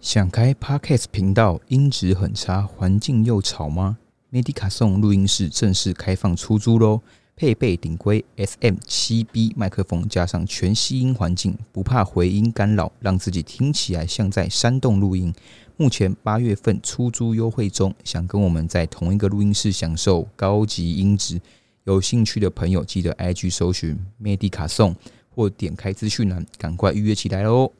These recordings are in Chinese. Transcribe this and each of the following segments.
想开 Podcast 频道，音质很差，环境又吵吗？Medica Song 录音室正式开放出租喽！配备顶规 SM 七 B 麦克风，加上全吸音环境，不怕回音干扰，让自己听起来像在山洞录音。目前八月份出租优惠中，想跟我们在同一个录音室享受高级音质，有兴趣的朋友记得 IG 搜寻 Medica Song 或点开资讯栏，赶快预约起来喽！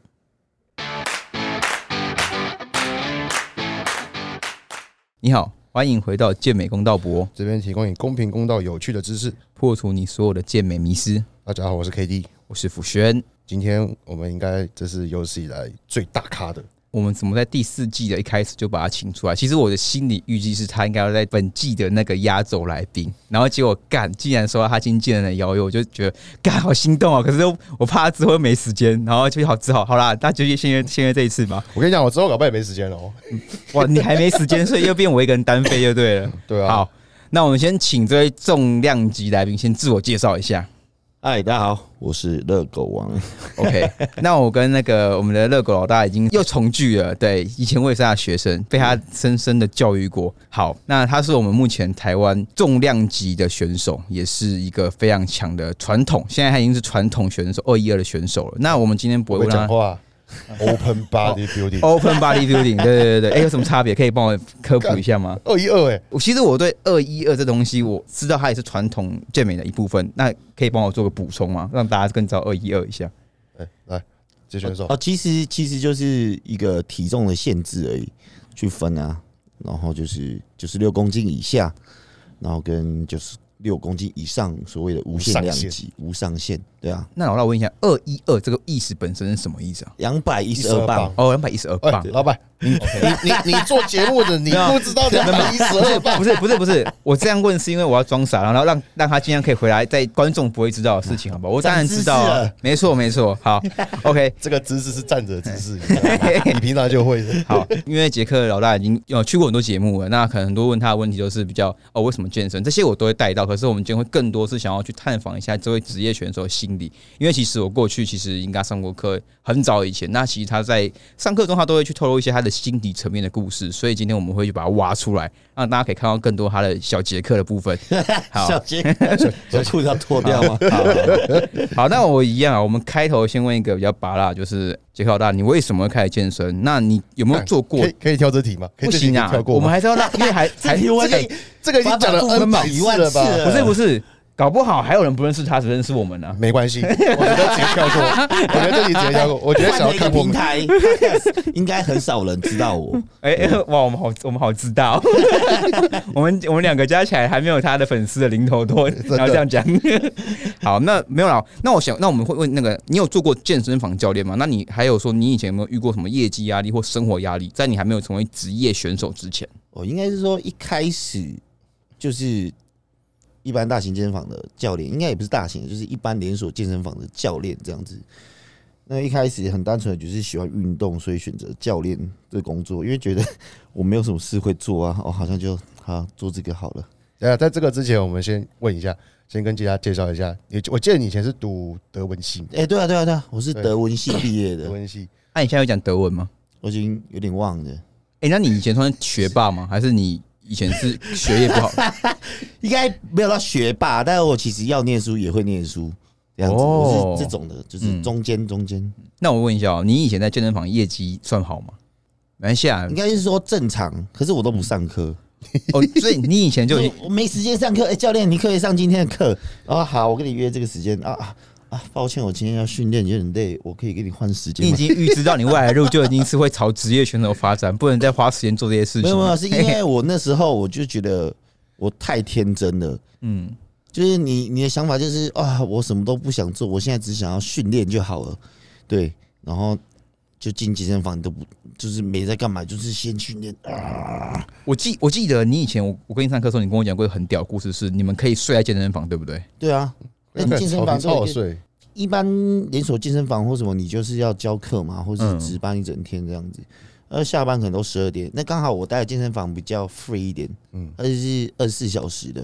你好，欢迎回到健美公道博，这边提供你公平、公道、有趣的知识。破除你所有的健美迷思。大家好，我是 KD，我是福轩。今天我们应该这是有史以来最大咖的，我们怎么在第四季的一开始就把他请出来？其实我的心理预计是他应该要在本季的那个压轴来宾，然后结果干，既然收到他经纪人的邀约，我就觉得干好心动啊！可是又我怕他之后没时间，然后就好只好好啦，那就先约先约这一次吧。我跟你讲，我之后搞不好也没时间了哦。哇，你还没时间，所以又变我一个人单飞就对了。对啊，好，那我们先请这位重量级来宾先自我介绍一下。嗨，哎大家好，我是热狗王。 OK，那我跟那个我们的热狗老大已经又重聚了。啊对，以前我也是他的学生，被他深深的教育过。好，那他是我们目前台湾重量级的选手，也是一个非常强的传统。现在他已经是传统选手二一二的选手了。那我哦们今天不我会哦会问讲他话，Open Body Building Open Body Building，对对对对，哎、 有什么差别？可以帮我科普一下吗？二一二，哎，我其实我对二一二这东西，我知道它也是传统健美的一部分。那可以帮我做个补充吗？让大家更知道二一二一下。哎，来，这选手哦，其实其实就是一个体重的限制而已，去分啊，然后就是就是六公斤以下，然后跟就是六公斤以上所谓的无限量级无上限，对啊，那老大，我问一下，二一二这个意思本身是什么意思啊？两百一十二磅112，哦，两百一十二哎磅，，老板，你你你你做节目的，没你有不知道两百一十二磅不是不是不是， 我这样问是因为我要装傻，然后让让他尽量可以回来，在观众不会知道的事情，好不好？我当然知道长知识啊了，没错没错。好，OK，这个姿势是站着的姿势，你知道吗 你平常就会的。好，因为杰克老大已经有去过很多节目了，那可能很多问他的问题都是比较哦，为什么健身这些我都会带到，可是我们今天会更多是想要去探访一下这位职业选手的心理，因为其实我过去其实应该上过课，很早以前，那其实他在上课中他都会去透露一些他的心理层面的故事，所以今天我们会去把它挖出来，让大家可以看到更多他的小杰克的部 分。 好小杰，小裤子要脱掉吗？好，那我一样啊。我们开头先问一个比较拔辣，就是杰克老大，你为什么会开始健身？那你有没有做过哎可以？可以挑这题吗？可以不这题行可以啊跳，过我们吗？还是要让，因为还还题我这个这个已经讲了 N 百一次万了次吧？了不是不是，搞不好还有人不认识他，只认识我们呢、没关 系，我觉得直接跳过，我觉得这题直接跳过，我觉得想要换了看一个我平们台， 应该很少人知道我。哎、哎哇，我们好，我们好知 道，我们我们两个加起来还没有他的粉丝的零头多，然后这样讲。 好，那没有了。那我想，那我们会问那个，你有做过健身房教练吗？那你还有说，你以前有没有遇过什么业绩压力或生活压力？在你还没有成为职业选手之前，我哦应该是说一开始就是一般大型健身房的教练，应该也不是大型，就是一般连锁健身房的教练这样子。那一开始很单纯，就是喜欢运动，所以选择教练这个工作，因为觉得 我没有什么事会做啊，哦，好像就好、做这个好了。呃，在这个之前，我们先问一下，先跟大家介绍一下，你我记得你以前是读德文系嘛，哎、对啊，对啊，对啊，我是对德文系毕业德的，文系那、你现在有讲德文吗？我已经有点忘了，哎、那你以前算是学霸吗？还是你以前是学业不 好？应该没有到学霸，但是我其实要念书也会念书，这样子，哦我是这种的，就是嗯中间中间。那我问一下哦，你以前在健身房业绩算好吗？没关系啊应，该是说正常，可是我都不上课，哦，所以你以前就已就经我没时间上课。哎、教练，你可以上今天的课啊？好，我跟你约这个时间啊啊啊！抱歉，我今天要训练，有点累，我可以给你换时你间已吗？经预知到你未来的路就已经是会朝职业选手发展，不能再花时间做这些事没情有。没有，是因 为我那时候我就觉得我太天真了。嗯，就是你你的想法就是啊，我什么都不想做，我现在只想要训练就好了，对，然后就进健身房，你都不就是没在干嘛，就是先训练啊，我记我记得你以前我我跟你上课的时候，你跟我讲过一个很屌的故事，是你们可以睡在健身房，对不对？对啊，那你健身房哦超都好有睡，一般连锁健身房或什么，你就是要教课嘛，或是值班一整天这样子。呃，下班可能都十二点，那刚好我待的健身房比较 free 一点，嗯嗯，而且是二十四小时的，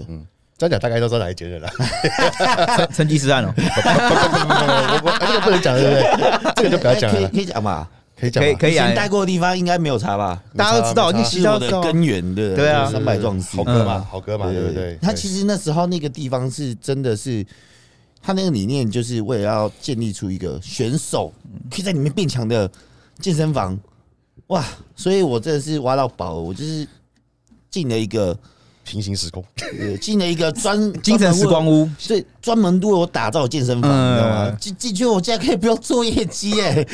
这样讲大概都知道哪一节的了 啦。成成吉思汗哦，不不不不不不我我哎这个不能讲，对不对？这个就不要讲 哎可以了，可以讲吧，可以讲可以吗？可以以前啊待，过的地方应该没有差吧？没大差家都知道，没你差洗是澡我知的道根源的，对啊三百壮士好歌嘛，好歌嘛，嗯对对不对？他其实那时候那个地方是真的是，他那个理念就是为了要建立出一个选手可以在里面变强的健身房，哇！所以我真的是挖到宝，我就是进了一个平行时空，呃进了一个专精神时，光屋，所以专门为我打造的健身房，嗯你知道吗？进进去我竟然可以不用做业绩哎，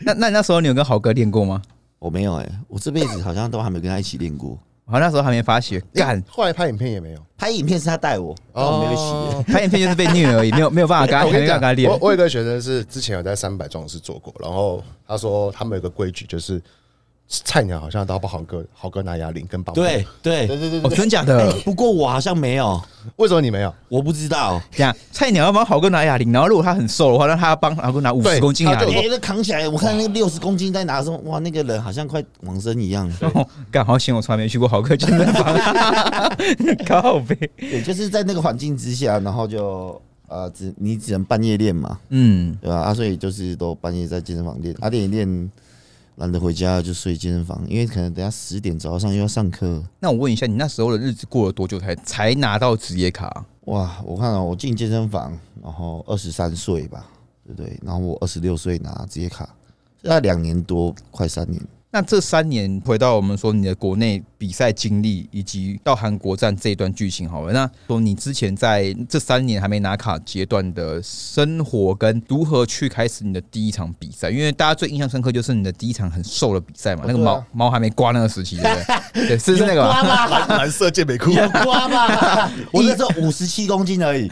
那那那时候你有跟豪哥练过吗？ 我没有哎、我这辈子好像都还没有跟他一起练过。好，那时候还没发觉，干后来拍影片也没有，拍影片是他带我，但我没有洗。拍影片就是被虐而已，没有没有办法跟他我还跟没你办法跟讲他，我练。我有一个学生是之前有在三百壮士做过，然后他说他们有个规矩就是菜鸟好像都要帮豪哥豪哥拿哑铃跟帮忙对对对对对哦，对，真假的？不过我好像没有， 为什么你没有？我不知道。这样菜鸟要帮豪哥拿哑铃，然后如果他很瘦的话，那他要帮豪哥拿五十对公斤他哑就铃。哎、那扛起来，我看那个六十公斤在拿的时候，哇，那个人好像快往生一样。哦， 干好险，我从来没去过豪哥健身房， 靠背。 对，就是在那个环境之下，然后就呃，只你只能半夜练嘛，嗯，对吧、啊？所以就是都半夜在健身房练，啊，练一练，懒得回家就睡健身房，因为可能等下十点早上又要上课。那我问一下，你那时候的日子过了多久才才拿到职业卡啊？哇，我看到、哦我进健身房，然后二十三岁吧，对不对？然后我二十六岁拿职业卡，那两年多，快三年。那这三年回到我们说你的国内比赛经历，以及到韩国站这一段剧情好了。那说你之前在这三年还没拿卡阶段的生活，跟如何去开始你的第一场比赛？因为大家最印象深刻就是你的第一场很瘦的比赛嘛，那个对啊毛毛还没刮那个时期，对不对？对，是是那个吧？吧， 蓝色健美 裤有瓜吧？ 我那时候五十七公斤而已。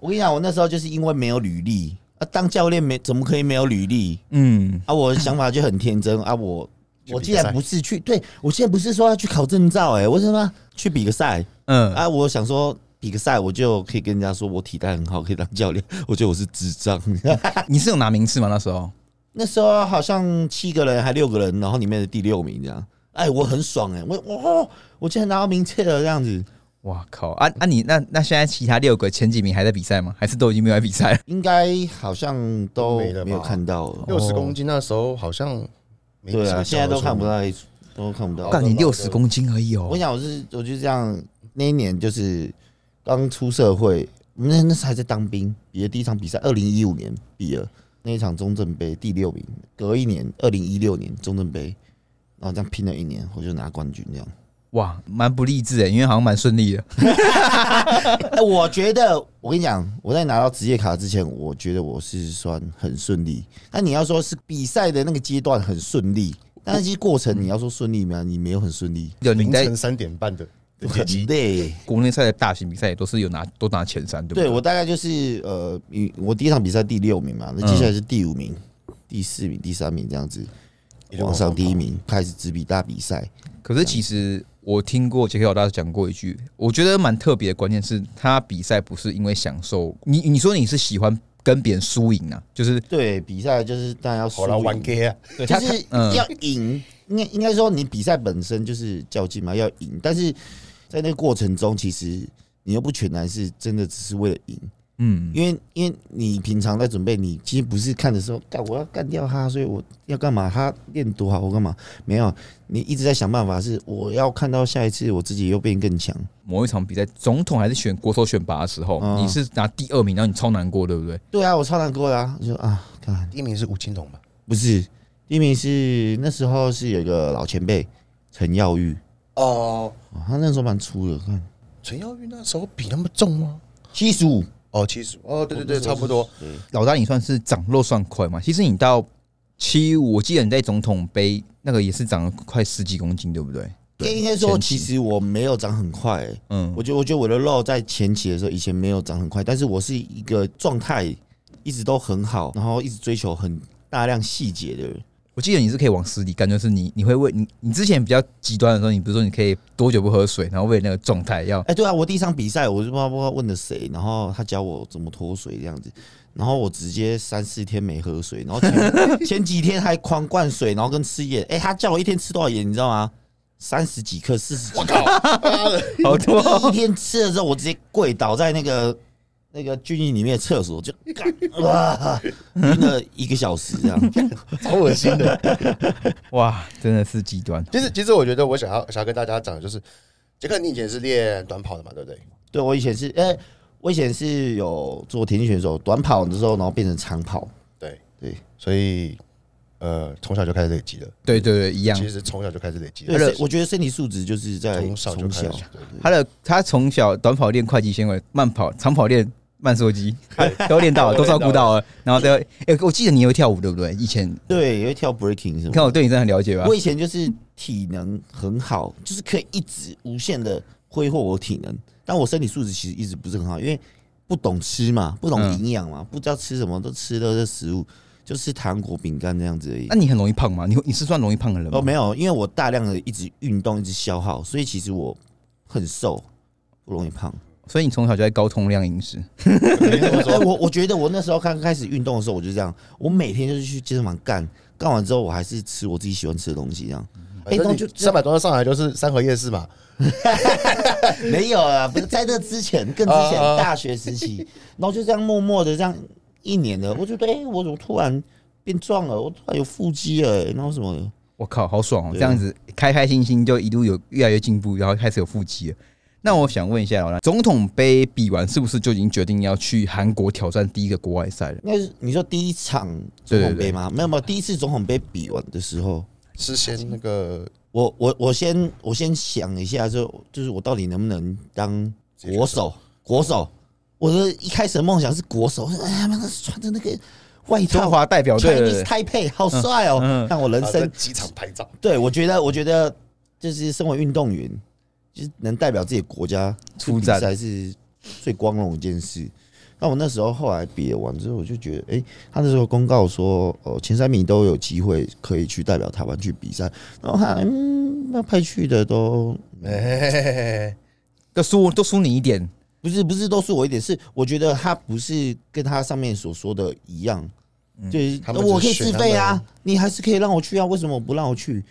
我跟你讲，我那时候就是因为没有履历啊，当教练没怎么可以没有履历嗯，啊？我的想法就很天真啊，我去比我个既然赛不是去，对我现在不是说要去考证照，哎，我什么去比个赛嗯，啊？我想说。比个赛，我就可以跟人家说我体态很好，可以当教练。我觉得我是智障。 你是有拿名次吗？那时候？那时候好像七个人还六个人，然后里面的第六名这样。哎，我很爽哎、我我哦，我竟然拿到名次了这样子。哇靠！啊啊你，那那现在其他六个前几名还在比赛吗？还是都已经没有在比赛了？应该好像都没了吧没有看到了。六十公斤那时候好像没哦对啊，现在都看不到。到，都看不到好。干的你好的六十公斤而已哦我跟你！讲，我是我就这样，那一年就是刚出社会，那那时候还在当兵，比的第一场比赛，二零一五年比了那一场中正杯第六名，隔一年二零一六年中正杯，然后这样拼了一年，我就拿冠军这样。哇，蛮不励志的，因为好像蛮顺利的。哎，我觉得，我跟你讲，我在拿到职业卡之前，我觉得我是算很顺利。那你要说是比赛的那个阶段很顺利，但是其实过程你要说顺利吗？你没有很顺利，有你凌在晨三点半的的很飞机，累。国内赛的大型比赛也都是有拿都拿前三，对不对？对我大概就是呃，以我第一场比赛第六名嘛，那接下来是第五名、第四名、第三名这样子，一直往上第一跑。名开始只比大比赛。可是其实我听过杰克老大讲过一句，我觉得蛮特别的关键是，他比赛不是因为享受，你你说你是喜欢跟别人输赢啊，就是对，比赛就是当然要输好了，玩赢 gay 啊，对就他是嗯要赢，应该应该说你比赛本身就是较劲嘛，要赢。但是在那个过程中，其实你又不全然是真的只是为了赢，嗯，因为因为你平常在准备，你其实不是看的时候，干我要干掉他，所以我要干嘛？他练多好，我干嘛？没有，你一直在想办法，是我要看到下一次我自己又变更强。某一场比赛总统还是选国手选拔的时候，嗯你是拿第二名，然后你超难过，对不对？对啊，我超难过的啊！你说啊，看第一名是吴青龙吧？不是第一名是那时候是有一个老前辈陈耀玉，哦，哦他那时候蛮粗的，看陈耀玉那时候比那么重吗？七十五。哦，七十，哦，对对对，差不多。老大，你算是长肉算快嘛？其实你到七五，我记得你在总统杯那个也是长了快十几公斤，对不对？应该说，前其期实我没有长很快、欸嗯，我觉得，我觉得我的肉在前期的时候，以前没有长很快，但是我是一个状态一直都很好，然后一直追求很大量细节的人。我记得你是可以往死里干，就是你你会为你你之前比较极端的时候，你比如说你可以多久不喝水，然后为了那个状态要哎、对啊，我第一场比赛，我就不知道不知道问了谁，然后他教我怎么脱水这样子，然后我直接三四天没喝水，然 后前前几天还狂灌水，然后跟吃盐。哎、他叫我一天吃多少盐，你知道吗？三十几克，四十几克。 我靠，妈的好多第一天吃了之后，我直接跪倒在那个那个军营里面的厕所就 哇，晕了一个小时这样。超恶心的。哇，真的是极端。其实，其实我觉得我想要想要跟大家讲的就是，杰克，你以前是练短跑的嘛，对不对？对我以前是，哎、我以前是有做田径选手，短跑的时候，然后变成长跑。对对，所以呃，从小就开始累积了。对对对，一样。其实从小就开始累积对，了是，我觉得身体素质就是在从小就从开小始。对他的他从小短跑练会计纤维，慢跑长跑练慢缩 肌，都练到了，都都练到照了顾到了。然后再，哎，我记得你有跳舞对不对？以前对，也会跳 breaking 什你么看。我对啊你真的很了解吧我？以前就是体能很好，就是可以一直无限的挥霍我体能，但我身体素质其实一直不是很好，因为不懂吃嘛，不懂嗯营养嘛，不知道吃什么，都吃的是食物，就吃糖果、饼干这样子而已那。你很容易胖吗？你你是算容易胖的人吗？哦，没有，因为我大量的一直运动，一直消耗，所以其实我很瘦，不容 易胖。所以你从小就在高通量饮食。没这么哎，说我我觉得我那时候刚开始运动的时候，我就这样，我每天就是去健身房干，干完之后我还是吃我自己喜欢吃的东西，这样。 哎反正那你就三百多上来就是三合夜市嘛， 没有啊，不是在这之前，更之啊前啊啊大学时期，然后就这样默默的这样一年了，我觉得哎、我怎么突然变壮了？我突然有腹肌了、然后什么的？我靠，好爽哦！对这样子开开心心就一路有越来越进步，然后开始有腹肌了。那我想问一下，好了，总统杯比完是不是就已经决定要去韩国挑战第一个国外赛了？那是你说第一场总统杯吗？没有没有，第一次总统杯比完的时候，是先那个我我我先我先想一下就，就是我到底能不能当国手？国手，我的一开始的梦想是国手，哎呀妈的，穿着那个外中套华代表队啊 Chinese 的 Taipei 好帅哦、嗯嗯看我人啊在生机场拍照，对，我觉得，我觉得就是身为运动员，就是能代表自己国家出出战战才是最光荣的一件事。那我那时候后来比了完之后，我就觉得，哎、他那时候公告说，呃，前三名都有机会可以去代表台湾去比赛。然后看，嗯，那派去的都哎，都输都输你一点，不是不是都是我一点，是我觉得他不是跟他上面所说的一样，就是嗯他们只我可以选自他费们啊，你还是可以让我去啊，为什么不让我去？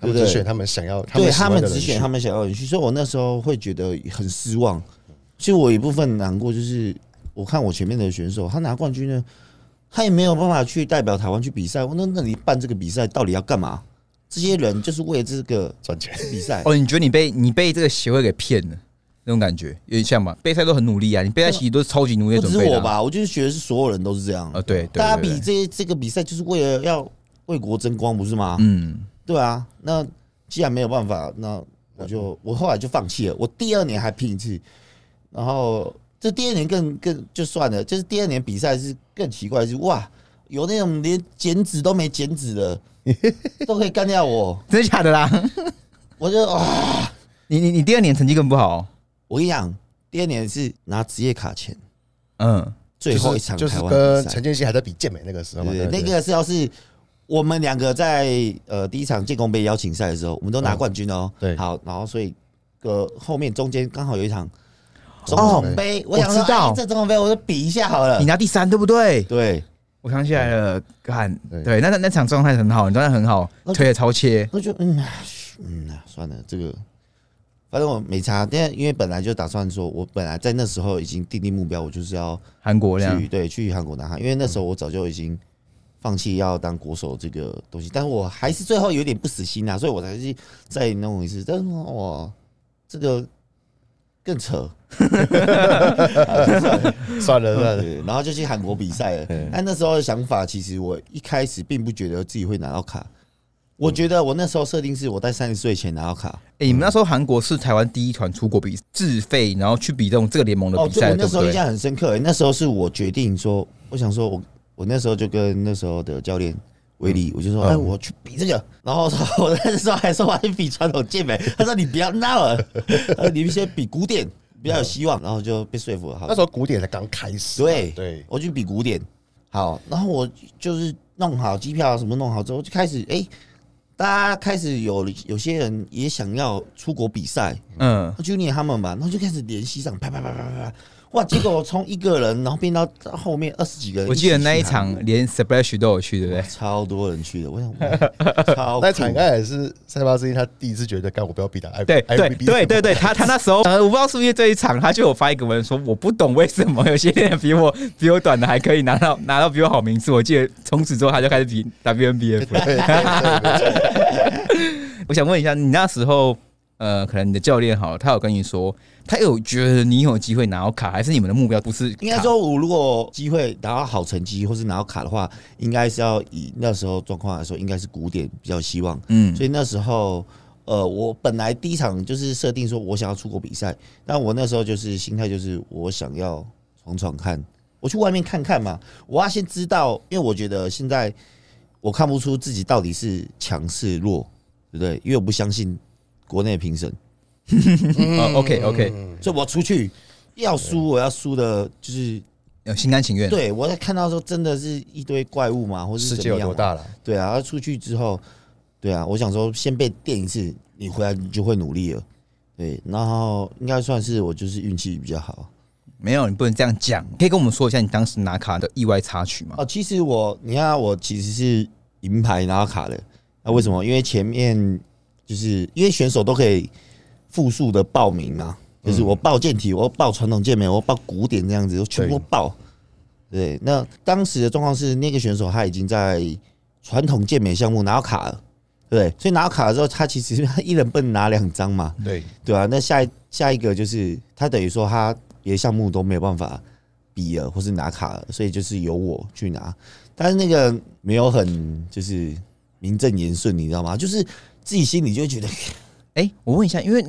他们对只不对选他们想要，对喜他欢们的只人选去他们想要的人去，所以我那时候会觉得很失望。其实我有一部分难过，就是我看我前面的选手，他拿冠军呢，他也没有办法去代表台湾去比赛。那那你办这个比赛到底要干嘛？这些人就是为了这个赚钱。比赛，哦，你觉得你被你被这个协会给骗了，那种感觉有点像吧？备赛都很努力啊，你备赛其实都是超级努力不准止备的、我啊。吧，我就是觉得是所有人都是这样啊、。对对对大家比对这些这个比赛就是为了要为国争光，不是吗？嗯，对啊，那既然没有办法，那我就我后来就放弃了。我第二年还拼一次，然后这第二年更更就算了，就是第二年比赛是更奇怪的是，哇，有那种连剪纸都没剪 纸的，都可以干掉我，真的假的啦？ 我就啊，你你你第二年成绩更不好哦、我跟你讲，第二年是拿职业卡钱，嗯，最后一场就是台就是湾比跟赛，陈建新还在比健美那个时候嘛，对对，那个是要是我们两个在呃第一场建功杯邀请赛的时候，我们都拿冠军哦。对好，然后所以呃后面中间刚好有一场总总统统杯，我我想说知道哎这总统杯我就比一下好了你。拿第三对不对？对，我想起来了，看对对，那那那场状态很好，你状态很好，那腿也超切，我就嗯啊嗯啊，算了，这个反正我没差。但因为本来就打算说，我本来在那时候已经定定目标，我就是要韩国那样去。对去韩国拿哈，因为那时候我早就已经放弃要当国手这个东西，但是我还是最后有点不死心啊，所以我才去再弄一次。但是哇，这个更扯，算了算了， 对，然后就去韩国比赛了嗯。但那时候的想法，其实我一开始并不觉得自己会拿到卡，我觉得我那时候设定是我在三十岁前拿到卡。哎、你们那时候韩国是台湾第一团出国比自费，然后去比这种这个联盟的哦，比对，赛，我那对时不候印对？象很深刻、欸那时候是我决定说，我想说我我那时候就跟那时候的教练威嗯力，我就说，哎、我去比这个。然后我我那时候还说我要去比传统健美，他说你不要闹了，他说你先比古典比较有希望。然后就被说服了。好那时候古典才刚开始嘛，对对，我去比古典。好，然后我就是弄好机票啊什么弄好之后，就开始哎、大家开始有有些人也想要出国比赛，嗯，就念他们嘛，然后就开始联系上，啪啪啪啪啪啪。哇，结果我从一个人，然后变到后面二十几个人起去韩国。我记得那一场连 Splash 都有去，对不对？超多人去 的，我想哇超那场应酷该也是塞巴斯汀他第一次觉得，干我不要比他 I 对 I 对对对对，他他那时候，呃我不知道是不是这一场，他就有发一个文说，我不懂为什么有些人比我比我短的还可以拿到拿到比我好名次。我记得从此之后他就开始比 WNBF 了。对对对对我想问一下，你那时候呃，可能你的教练好了，他有跟你说，他有觉得你有机会拿到卡，还是你们的目标不是卡？应该说，我如果机会拿到好成绩，或是拿到卡的话，应该是要以那时候状况来说，应该是古典比较希望。嗯，所以那时候，呃，我本来第一场就是设定说我想要出国比赛，但我那时候就是心态就是我想要闯闯看，我去外面看看嘛。我要先知道，因为我觉得现在我看不出自己到底是强是弱，对不对？因为我不相信国内的评审。嗯呃，OK OK，所以我出去要输，我要输的就是有心甘情愿。对我在看到的时候，真的是一堆怪物嘛，或是世怎界么有样多嘛？大了？对啊，然后出去之后，对啊，我想说先被电一次，你回来你就会努力了。对，然后应该算是我就是运气比较好没有，你不能这样讲。可以跟我们说一下你当时拿卡的意外插曲吗？哦。其实我，你看啊我其实是银牌拿到卡的，那为什么？因为前面就是因为选手都可以复数的报名嘛，就是我报健体，我报传统健美，我报古典这样子，我全部对报。对，那当时的状况是，那个选手他已经在传统健美项目拿到卡了，对，所以拿到卡了之后，他其实 他一人不能拿两张嘛，对，对啊，那下一下一个就是他等于说他别的项目都没有办法比了，或是拿卡了，所以就是由我去拿，但是那个没有很就是名正言顺，你知道吗？就是自己心里就会觉得哎、我问一下，因为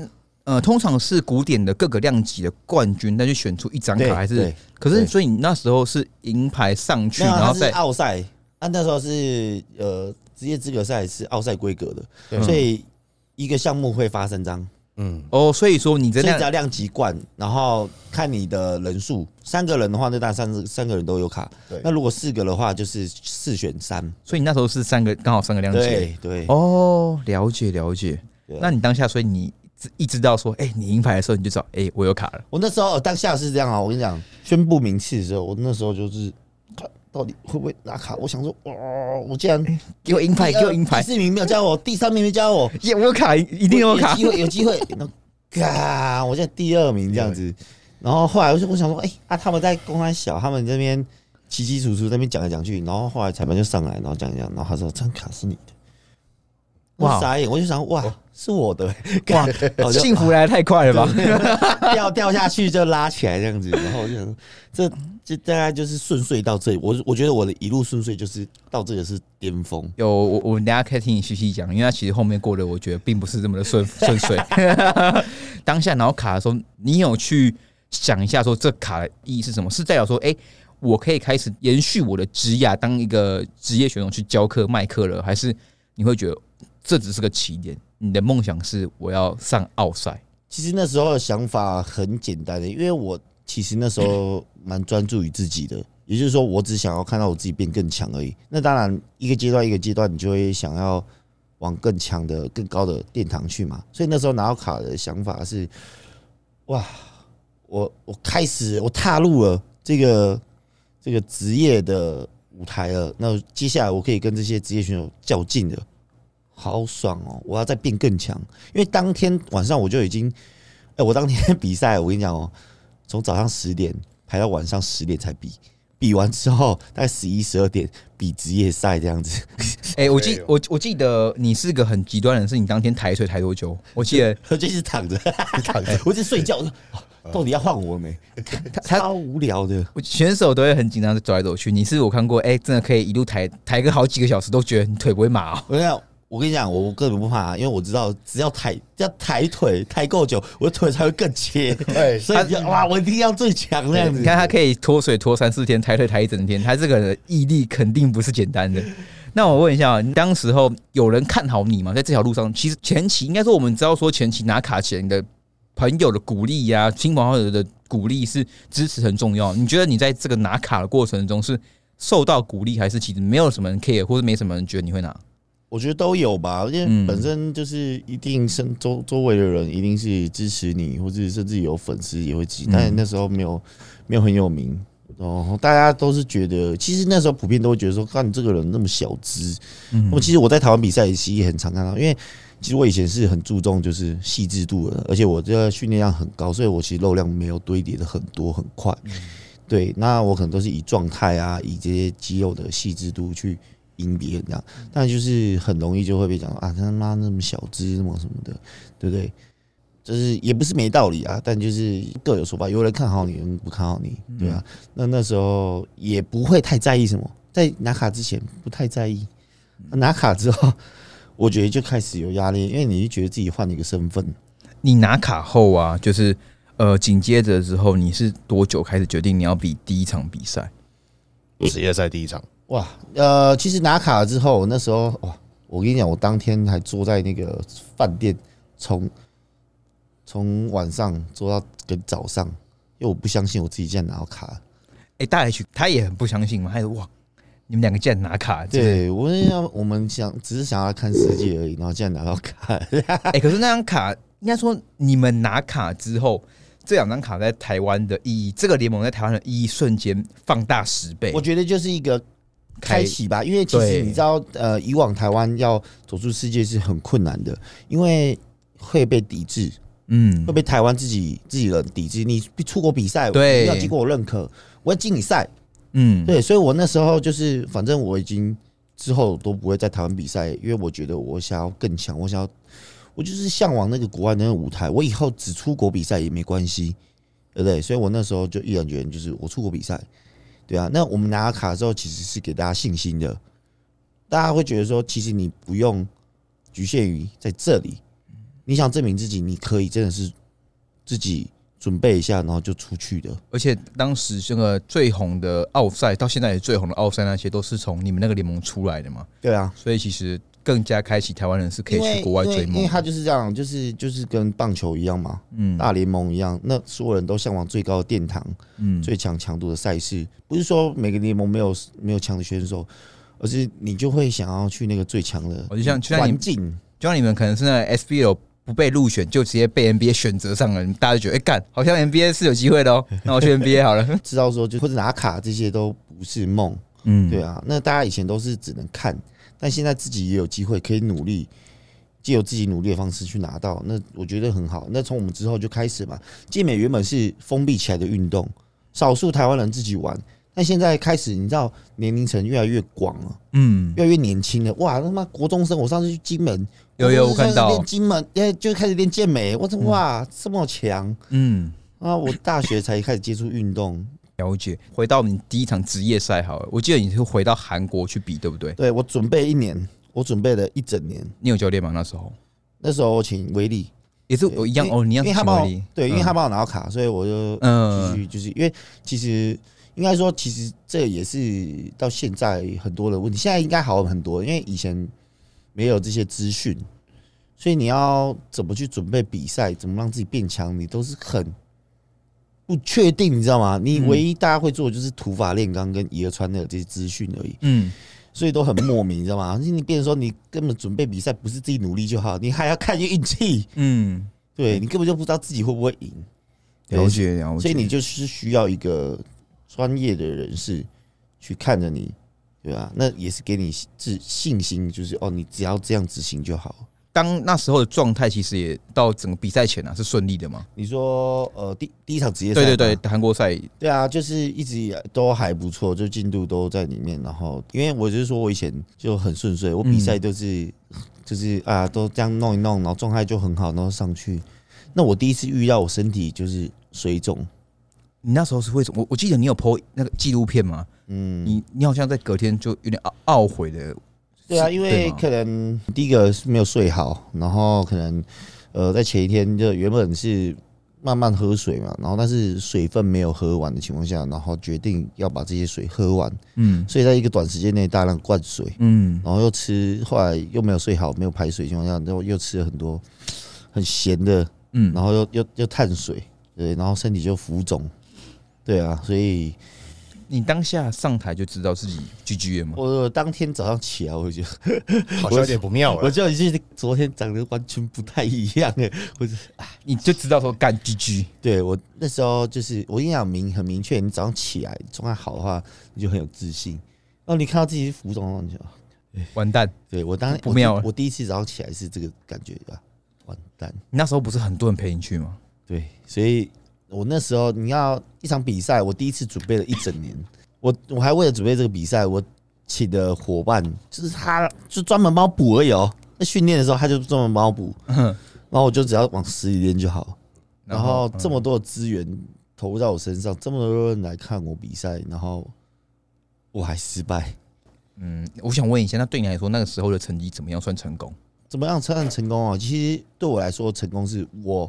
呃，通常是古典的各个量级的冠军，那就选出一张对卡，还是对？可是，对所以你那时候是银牌上去，没有，然他后是啊再奥赛，他那时候是呃职业资格赛是奥赛规格对的，所以嗯一个项目会发三张，嗯，哦，所以说你所真以只的要量级冠，然后看你的人数，三个人的话，那当然三三个人都有卡对，那如果四个的话，就是四选三，所以你那时候是三个，刚好三个量级。对对，哦，了解了解。对啊那你当下，所以你知一知道说，哎、你银牌的时候，你就知道，哎、我有卡了。我那时候呃当下是这样啊，我跟你讲，宣布名次的时候，我那时候就是看到底会不会拿卡，我想说，哇，我竟然给我银牌，第二哎给我银牌 第，四名没有加我，第三名没加我，耶，我有卡，一一定有卡有机。会，有机会。那嘎，我现在第二名这样子。然后后来我就我想说，哎、啊，他们在公安小，他们这边起起楚楚那边讲来讲去，然后后来裁判就上来，然后讲一讲，然后他说张卡是你的，哇哇，傻眼，我就想哇，是我 的、哇哇，然后我就幸福来得太快了吧？掉掉下去就拉起来这样子，然后我就想说，这这大概就是顺遂到这里，我我觉得我的一路顺遂就是到这个是巅峰，有我，我等一下可以听你细细讲，因为他其实后面过得我觉得并不是这么的顺顺遂。当下然后卡的时候，你有去想一下说这卡的意义是什么？是代表说，哎、我可以开始延续我的职涯，当一个职业选手去教课卖课了，还是你会觉得这只是个起点？你的梦想是我要上奥赛，其实那时候的想法很简单的，因为我其实那时候蛮专注于自己的，也就是说，我只想要看到我自己变更强而已。那当然，一个阶段一个阶段，你就会想要往更强的、更高的殿堂去嘛。所以那时候拿到卡的想法是：哇，我我开始我踏入了这个这个职业的舞台了，那接下来我可以跟这些职业选手较劲了。好爽哦！我要再变更强，因为当天晚上我就已经，哎、我当天 比赛，我跟你讲哦，从早上十点排到晚上十点才比，比完之后大概十一十二点比职业赛这样子，哎、我记对哦我我记得你是个很极端的人，是你当天抬腿抬多久？我记得我就一直躺着，你躺着，我一直睡觉，我说哦到底要换我没？他超无聊的，我选手都会很紧张的走来走去。你是我看过，哎、真的可以一路抬抬个好几个小时，都觉得你腿不会麻哦。 我跟你讲，我跟你讲，我我根本不怕，因为我知道只要抬只要抬腿抬够久，我的腿才会更切，对，所以你就哇，我一定要最强这样子。你看他可以脱水脱三四天，抬腿抬一整天，他这个人的毅力肯定不是简单的。那我问一下，当时候有人看好你吗？在这条路上，其实前期应该说我们知道说前期拿卡前的朋友的鼓励呀、亲朋好友的鼓励是支持很重要。你觉得你在这个拿卡的过程中是受到鼓励，还是其实没有什么人 care，或者没什么人觉得你会拿？我觉得都有吧，因为本身就是一定身周周围的人一定是支持你，或者甚至有粉丝也会支持，但那时候没有没有很有名，然后大家都是觉得，其实那时候普遍都会觉得说，看你这个人那么小资。那么其实我在台湾比赛其实也很常看到，因为其实我以前是很注重就是细致度的，而且我这个训练量很高，所以我其实肉量没有堆叠的很多很快。对，那我可能都是以状态啊，以这些肌肉的细致度去赢别人这样，但就是很容易就会被讲说啊，他妈那么小只，什么什么的，对不对？就是也不是没道理啊，但就是各有说法，有人看好你，有人不看好你，对啊。那那时候也不会太在意什么，在拿卡之前不太在意，拿卡之后，我觉得就开始有压力，因为你就觉得自己换了一个身份，你拿卡后啊，就是呃，紧接着之后，你是多久开始决定你要比第一场比赛？职业赛第一场，哇，呃，其实拿卡了之后，那时候哇，我跟你讲，我当天还坐在那个饭店，从从晚上坐到跟早上，因为我不相信我自己竟然拿到卡了。哎、大 H 他也很不相信嘛，他说哇，你们两个竟然拿卡，真的，对我要我们想只是想要看世界而已，然后竟然拿到卡，哎、可是那张卡应该说你们拿卡之后，这两张卡在台湾的意义，这个联盟在台湾的意义瞬间放大十倍我。觉得就是一个开开启吧，因为其实对你知道，呃，以往台湾要走出世界是很困难的，因为会被抵制，嗯会，被台湾自己自己人抵制。你出国比赛，对你要经过我认可，我要进你赛，嗯，对，所以我那时候就是，反正我已经之后都不会在台湾比赛，因为我觉得我想要更强，我想要，我就是向往那个国外的那个舞台，我以后只出国比赛也没关系，对不对？所以我那时候就毅然决然，就是我出国比赛，对啊。那我们拿卡之后，其实是给大家信心的，大家会觉得说，其实你不用局限于在这里，你想证明自己，你可以真的是自己准备一下，然后就出去的。而且当时这个最红的奥赛，到现在也最红的奥赛，那些都是从你们那个联盟出来的嘛，对啊，所以其实更加开启台湾人是可以因为去国外因为追因梦为。他就是这样，就是就是跟棒球一样嘛，嗯大联盟一样，那所有人都向往最高的殿堂、嗯，最强强度的赛事。不是说每个联盟没有没有强的选手，而是你就会想要去那个最强的哦我就像就像你环境。就像你们可能是那 SBL 不被入选，就直接被 NBA 选择上了，你们大家就觉得哎干、好像 NBA 是有机会的 哦，那我去 NBA 好了。知道说，就或者拿卡这些都不是梦，嗯 对啊。那大家以前都是只能看，但现在自己也有机会可以努力，借由自己努力的方式去拿到，那我觉得很好。那从我们之后就开始嘛，健美原本是封闭起来的运动，少数台湾人自己玩，但现在开始，你知道年龄层越来越广了，嗯，越来越年轻了。哇，他妈国中生，我上次去金门，有有国中生我看到哦开始练金门，哎，就开始练健美，我怎么哇这么强嗯，啊！我大学才开始接触运动，了解。回到你第一场职业赛好了，我记得你是回到韩国去比，对不对？对我准备一年，我准备了一整年。你有教练吗？那时候那时候我请威力，也是我一样因为哦，你一因样为请他帮而我已。对，因为嗯他帮我拿到卡，所以我就嗯继续就是因为其实应该说，其实这也是到现在很多的问题，现在应该好很多，因为以前没有这些资讯，所以你要怎么去准备比赛，怎么让自己变强，你都是很。不确定，你知道吗？你嗯唯一大家会做的就是土法炼钢跟以讹传讹这些资讯而已。嗯，所以都很莫名，你知道吗？ 你变成说你根本准备比赛不是自己努力就好，你还要看运气，嗯，对你根本就不知道自己会不会赢，对了解了解。所以你就是需要一个专业的人士去看着你，对吧、那也是给你自信心，就是哦，你只要这样执行就好。当那时候的状态，其实也到整个比赛前啊是顺利的嘛？你说呃，第第一场职业赛，对对对，，韩国赛对啊，就是一直以来都还不错，就进度都在里面。然后，因为我就是说我以前就很顺嗯遂，我比赛都是、就是啊，都这样弄一弄，然后状态就很好，然后上去。那我第一次遇到我身体就是水肿，你那时候是会怎么？我我记得你有 PO 那个纪录片吗？嗯，你你好像在隔天就有点懊懊悔的，对啊，是因为对吗可能第一个是没有睡好，然后可能呃在前一天就原本是慢慢喝水嘛，然后但是水分没有喝完的情况下，然后决定要把这些水喝完，嗯所以在一个短时间内大量灌水。嗯然后又吃，后来又没有睡好，没有排水情况下，然后又吃了很多 很咸的，嗯，然后又又又碳水，对，然后身体就浮肿，对啊，所以你当下上台就知道自己 GG 了吗？我当天早上起来，我就觉 得好像有点不妙我了。就已经昨天长得完全不太一样哎，我就你就知道说干 GG，对我那时候就是我印象明很明确，你早上起来状态好的话，你就很有自信。然后你看到自己是服装的话，你就啊完蛋！对我当不妙啊我了第，我第一次早上起来是这个感觉啊，完蛋。你那时候不是很多人陪你去吗？对，所以我那时候你要一场比赛，我第一次准备了一整年，我我还为了准备这个比赛，我请的伙伴就是他，就专门帮我补而已哦。那训练的时候他就专门帮我补，然后我就只要往死里练就好。嗯然后这么多的资源投入到我身上，这么多人来看我比赛，然后我还失败，嗯，我想问一下，那对你来说那个时候的成绩怎么样算成功？怎么样才算成功啊？其实对我来说，成功是我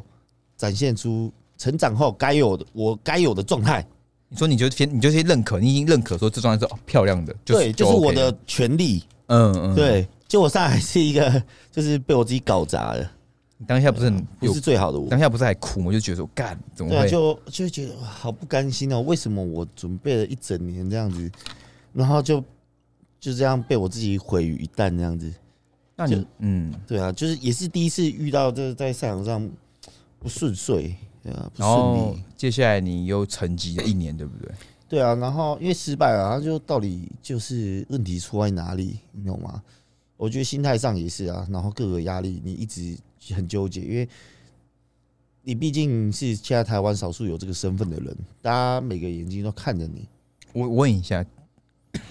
展现出成长后该有的我该有的状态。你说你就先你就先认可，你已经认可说这双是哦漂亮的，就对，就是我 OK 的了，权利。嗯嗯，，对，就我上海是一个， 就是被我自己搞砸了，你当下不是很不有是，最好的我。当下不是还哭吗？就觉得说干怎么对啊，会？就就会觉得哇好不甘心哦，为什么我准备了一整年这样子，然后就就这样被我自己毁于一旦这样子。那就你嗯，对啊，就是也是第一次遇到，就是在赛场上不顺遂，对啊，不然顺后利，接下来你又沉寂了一年，对不对？对啊，然后因为失败啊，就到底就是问题出在哪里，你懂吗？我觉得心态上也是啊，然后各个压力你一直很纠结，因为你毕竟是现在台湾少数有这个身份的人，大家每个眼睛都看着你，我我问一下，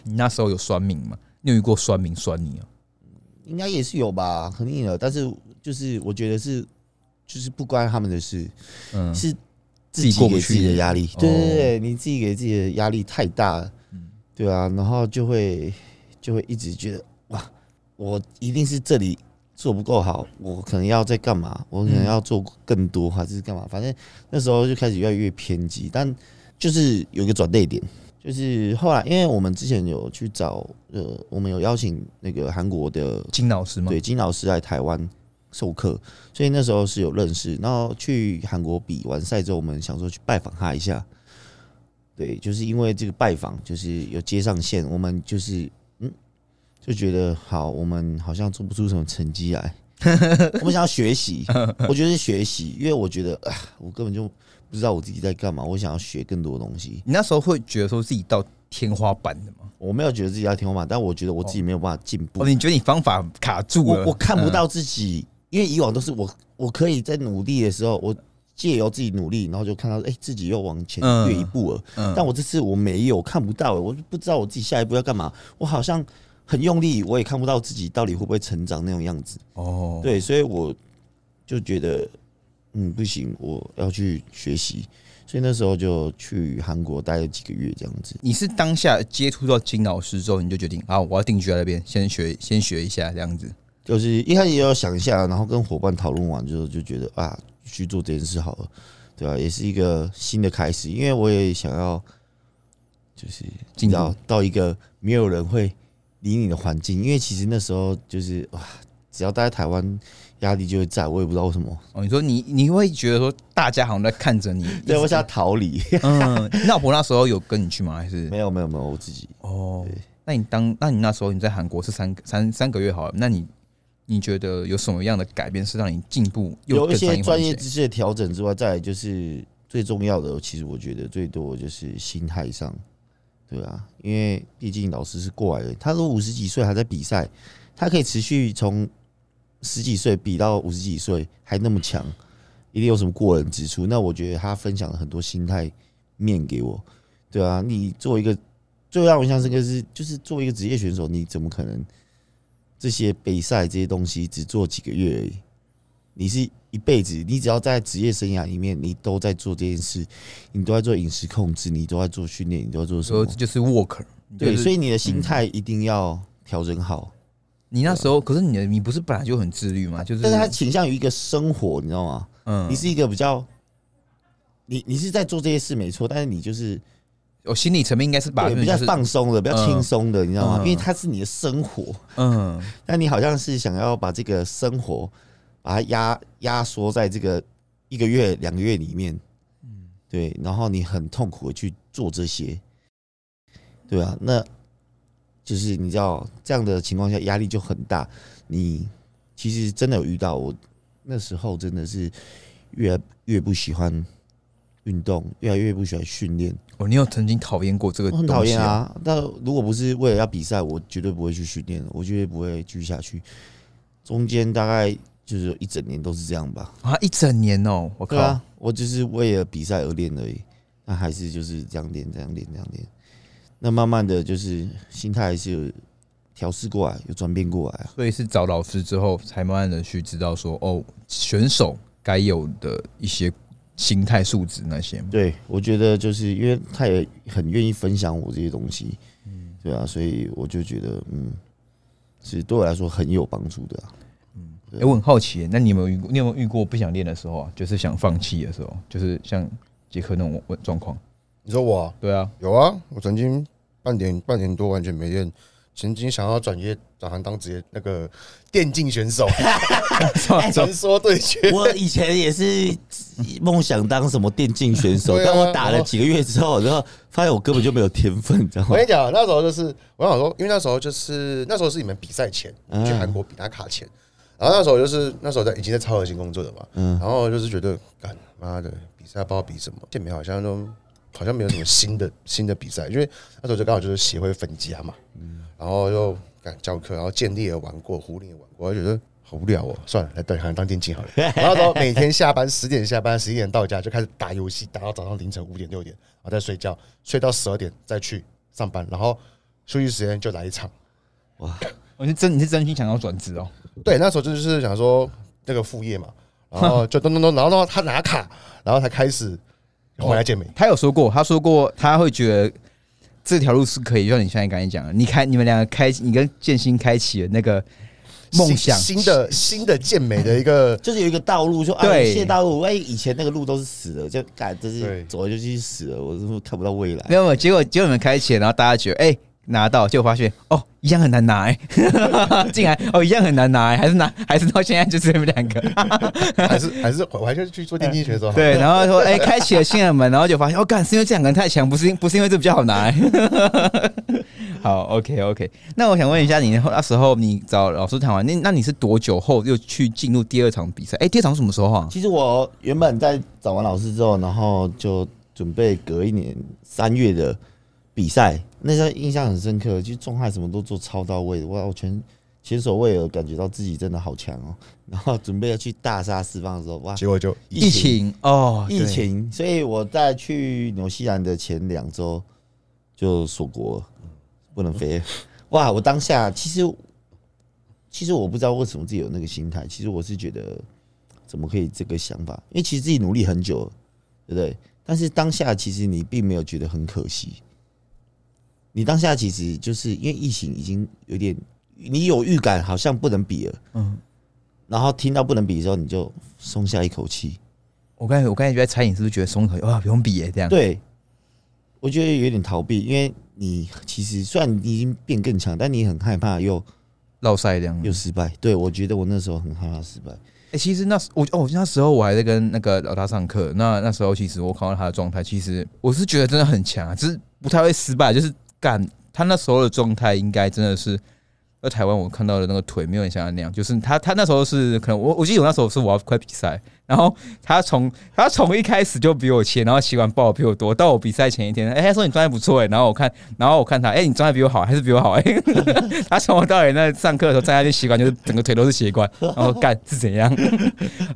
你那时候有酸民吗？你有遇过酸民酸你啊？应该也是有吧，肯定有。但是就是我觉得是就是不关他们的事，嗯，是自自己己过不给去自己的压力哦，对对对，你自己给自己的压力太大了，嗯对啊，然后就会就会一直觉得哇，我一定是这里做不够好，我可能要再干嘛，我可能嗯要做更多还是干嘛，反正那时候就开始越来越偏激，但就是有一个转捩点。就是后来，因为我们之前有去找，呃，我们有邀请那个韩国的金老师吗？对，金老师来台湾授课，所以那时候是有认识。然后去韩国比完赛之后，我们想说去拜访他一下。对，就是因为这个拜访，就是有接上线，我们就是嗯，就觉得好，我们好像做不出什么成绩来。我们想要学习，我觉得是学习，因为我觉得啊，我根本就不知道我自己在干嘛，我想要学更多东西。你那时候会觉得说自己到天花板的吗？我没有觉得自己在天花板，但我觉得我自己没有办法进步哦，。你觉得你方法卡住了？嗯我我看不到自己，因为以往都是我我可以在努力的时候，我借由自己努力，然后就看到哎、自己又往前嗯越一步了。嗯但我这次我没有我看不到、我就不知道我自己下一步要干嘛。我好像很用力，我也看不到自己到底会不会成长那种样子。哦，对，所以我就觉得嗯不行，我要去学习。所以那时候就去韩国待了几个月这样子。你是当下接触到金老师之后，你就决定啊，我要定居在那边，先学先学一下这样子。就是一开始也有想一下，然后跟伙伴讨论完之后，就觉得啊，去做这件事好了，对啊，也是一个新的开始，因为我也想要，就是进步到到一个没有人会理你的环境，因为其实那时候就是哇，只要待在台湾，压力就会在，我也不知道为什么，哦，你说你你会觉得说大家好像在看着你，对，我想要逃离， 嗯，那我那时候有跟你去吗？还是没有没有没有，我自己哦对？那你当那你那时候你在韩国是三三三个月好了，那你你觉得有什么样的改变是让你进步又有一更上些一专环业节？知识的调整之外，再来就是最重要的，其实我觉得最多的就是心态上，对啊，因为毕竟老师是过来人，他都五十几岁还在比赛，他可以持续从十几岁比到五十几岁还那么强，一定有什么过人之处。那我觉得他分享了很多心态面给我，对啊，你作为一个最让我印象深刻是，就是作为一个职业选手，你怎么可能这些比赛这些东西只做几个月而已？你是一辈子，你只要在职业生涯里面，你都在做这件事，你都在做饮食控制，你都在做训练，你都在做什说么？就是 work，对，所以以你的心态一定要调整好。你那时候可是你的你不是本来就很自律吗？就是但是它倾向于一个生活，你知道吗？嗯你是一个比较，你你是在做这些事没错，但是你就是我哦心理层面应该是把对比较就是放松的、比较轻松的，你知道吗？嗯因为它是你的生活，嗯但你好像是想要把这个生活把它压压缩在这个一个月、两个月里面，嗯，对，然后你很痛苦的去做这些，对啊，那就是你知道这样的情况下压力就很大。你其实真的有遇到我那时候真的是越来越不喜欢运动，越来越不喜欢训练，哦，你有曾经讨厌过这个东我西、哦很讨厌！啊。但如果不是为了要比赛，我绝对不会去训练，我绝对不会继续下去。中间大概就是有一整年都是这样吧。啊，一整年哦，我靠！对啊，我就是为了比赛而练而已，那还是就是这样练，这样练，这样练。那慢慢的就是心态还是有调试过来，有转变过来啊。所以是找老师之后，才慢慢的去知道说，哦，选手该有的一些心态素质那些。对，我觉得就是因为他也很愿意分享我这些东西，嗯，对啊，所以我就觉得，嗯，是对我来说很有帮助的、啊。哎、我很好奇耶，那你有没有遇过？你有没有遇过不想练的时候啊？就是想放弃的时候，就是像杰克那种状况。你说我啊对 啊，有啊，我曾经半年半年多完全没练，曾经想要转业转行当职业那个电竞选手，哎传说对决。 我以前也是梦想当什么电竞选手，对啊但我打了几个月之后，然后发现我根本就没有天分，你知道 我吗跟？你讲，那时候就是我想说，因为那时候就是那时候是你们比赛前去韩国比那卡前，然后那时候就是那时候在已经在超核心工作了嘛，然后就是觉得干妈的比赛不知道比什么，健美好像都好像没有什么新的新的比赛，因为那时候就刚好就是协会分家嘛，然后就干教课，然后建立也玩过，狐狸也玩过，我就觉得。好无聊哦，算了，来转行当电竞好了。然后那时候每天下班十点下班，十一点到家就开始打游戏，打到早上凌晨五点六点，然后再睡觉，睡到十二点再去上班，然后休息时间就来一场。哇，我是真你是真心想要转职哦？对，那时候就是想说那个副业嘛，然 后就咚咚咚，然后呢他拿卡，然后才开始回来健美。他有说过，他说过他会觉得这条路是可以，就像你现在刚才讲的，你开你们两个开，你跟建新开启了那个梦新想，新的新的健美的一个就是有一个道路，说啊，对有一些道路，哎，以前那个路都是死的，就感这是对走来就去死了，我都看不到未来没。有，没有结果结果你们开启了，然后大家觉得哎、拿到，结果发现哦一样很难拿、欸， 竟然哦一样很难拿、欸，还是拿还是到现在就是你们两个，还是还是我还是去做电竞选哦手好了。对，然后说哎、开启了新的门，然后就发现哦干是因为这两个人太强，不是因不是因为这比较好拿、 欸好，OK OK，那我想问一下你，那时候你找老师谈完，那那你是多久后又去进入第二场比赛？哎、第二场是什么时候啊？其实我原本在找完老师之后，然后就准备隔一年三月的比赛，那时候印象很深刻，就是状态什么都做超到位的，哇，我全前所未有，感觉到自己真的好强哦。然后准备要去大杀四方的时候，哇，结果就疫情哦，疫对情，所以我在去纽西兰的前两周就锁国了，不能嗯飞。哇，我当下其实其实我不知道为什么自己有那个心态，其实我是觉得怎么可以这个想法，因为其实自己努力很久了，对不对？但是当下其实你并没有觉得很可惜，你当下其实就是因为疫情已经有点，你有预感好像不能比了，嗯，然后听到不能比的时候，你就松下一口气，我刚才我刚才就在猜你是不是觉得松口哇不用比耶、这样，对，我觉得有点逃避，因为你其实虽然你已经变更强，但你很害怕又绕赛这样。又失败。对我觉得我那时候很害怕失败。哎、其实那时我哦，那时候我还在跟那个老大上课，那那时候其实我看到他的状态，其实我是觉得真的很强啊，只是不太会失败，就是干他那时候的状态应该真的是。在台湾，我看到的那个腿没有你想象那样，就是他，他那时候是可能我，我记得我那时候是我要快比赛，然后他从他从一开始就比我切，然后洗完爆比我多，到我比赛前一天，哎、他说你状态不错哎，然后我看，然后我看他，哎、你状态比我好，还是比我好哎， 他从头到尾那上课的时候站在那边习惯，就是整个腿都是血管，然后干是怎样？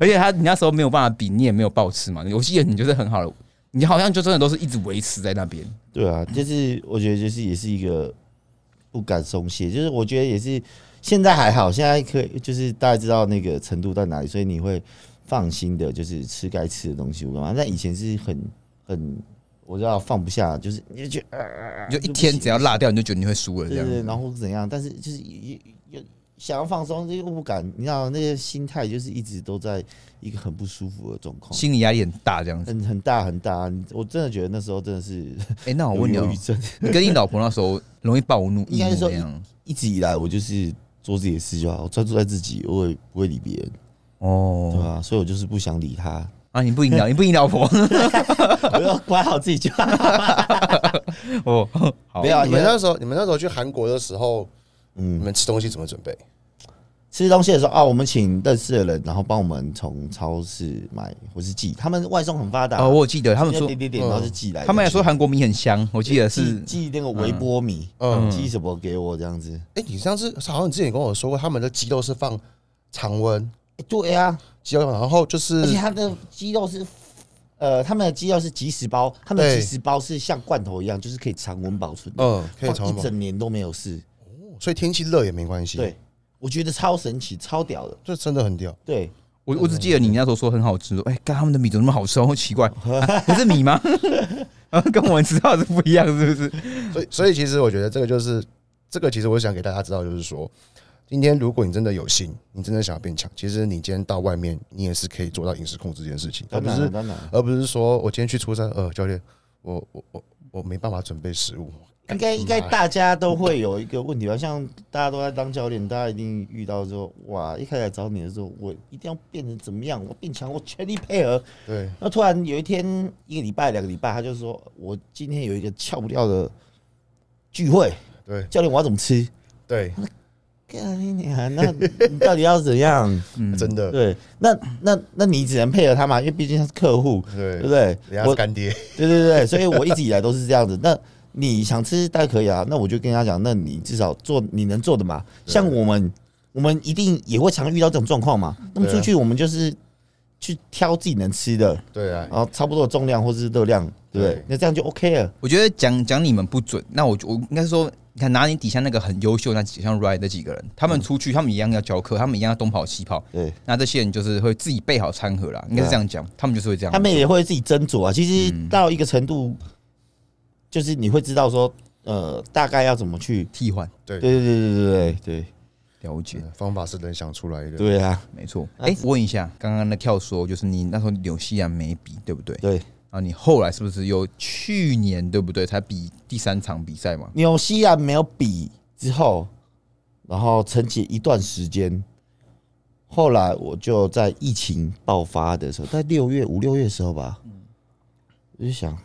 而且他你那时候没有办法比，你也没有暴吃嘛，我记得你就是很好的，你好像就真的都是一直维持在那边。对啊，就是我觉得就是也是一个不敢松懈，就是我觉得也是现在还好，现在可以就是大家知道那个程度到哪里，所以你会放心的，就是吃该吃的东西，我干嘛？但以前是很很。我知道放不下，就是你就觉得、呃、你就一不天行只要落掉，你就觉得你会输了这对样。对，然后怎样？但是就是也也也想要放松，又不敢，你知道那个心态就是一直都在一个很不舒服的状况，心理压力很大这样子。很很大很大。啊你我真的觉得那时候真的 是哎、那我有问你、忧哦郁，症，你跟你老婆那时候容易暴怒，应该是说易怒那样一直以来我就是做自己的事就好，我专注在自己，我也不会理别人，对哦，吧、所以我就是不想理他，啊！你不赢老，你不赢老婆 我要管好自己就好。哦。 好没，有啊，你们你那时候，你们那时候去韩国的时候，嗯你们吃东西怎么准备？ 吃东西的时候啊，我们请认识的人，然后帮我们从超市买或是寄，他们外送很发达。哦，我有记得他们就说哦点，点点，然后就寄来。他们还说韩国米很香，我记得是寄寄那个微波米，嗯寄什么给我这样子。哎、你上次好像你之前也跟我说过，他们的鸡肉是放常温欸对啊，鸡肉，然后就是而且它的鸡肉是，呃，他们的鸡肉是即食包，他们的对即食包是像罐头一样，就是可以常温保存的，嗯，可以放常一温，整年都没有事。所以天气热也没关系。对，，我觉得超神奇，超屌的。这真的很屌。对，我我只记得你那时候说很好吃，说哎，干他们的米怎么那么好吃哦，奇怪，啊不是米吗？ 啊跟我们知道的是不一样，是不是？所以，所以其实我觉得这个就是这个，其实我想给大家知道，就是说，今天如果你真的有心，你真的想要变强，其实你今天到外面，你也是可以做到饮食控制这件事情，而当不然了是当然了，而不是说我今天去出差，呃，教练，我我我我没办法准备食物，应该应该大家都会有一个问题吧？像大家都在当教练，大家一定遇到说，哇，一开始来找你的时候，我一定要变成怎么样？我变强，我全力配合。对，那突然有一天，一个礼拜、两个礼拜，他就说我今天有一个翘不掉的聚会，对教练我要怎么吃？对，干你娘！那你到底要怎 样？真的，对，那那那你只能配合他嘛，因为毕竟他是客户，对不对，对？人家我是干爹，对对对，所以我一直以来都是这样子。那你想吃当然可以啊，那我就跟他讲，那你至少做你能做的嘛。对像我们，我们一定也会常遇到这种状况嘛。那么对啊出去，我们就是去挑自己能吃的，对啊然，后差不多的重量或是热量，对不对对？那这样就 OK 了。我觉得讲讲你们不准，那我我应该说，你看拿你底下那个很优秀那几像 Ryan 那几个人，他们出去，他们一样要教课，他们一样要东跑西跑，对，那这些人就是会自己备好餐盒啦，应该是这样讲，啊他们就是会这样。他们也会自己斟酌啊。其实到一个程度，就是你会知道说，呃，大概要怎么去。替换对对对对对对对了解，方法是人想出来对的，对啊！嗯没错。那哎、我问一下，刚刚那跳说就是你那时候纽西兰没比，对不对？对，然后你后来是不是又去年对不对才比第三场比赛嘛？纽西兰没有比之后，然后沉寂一段时间，后来我就在疫情爆发的时候，在六月五六月的时候吧，我就想，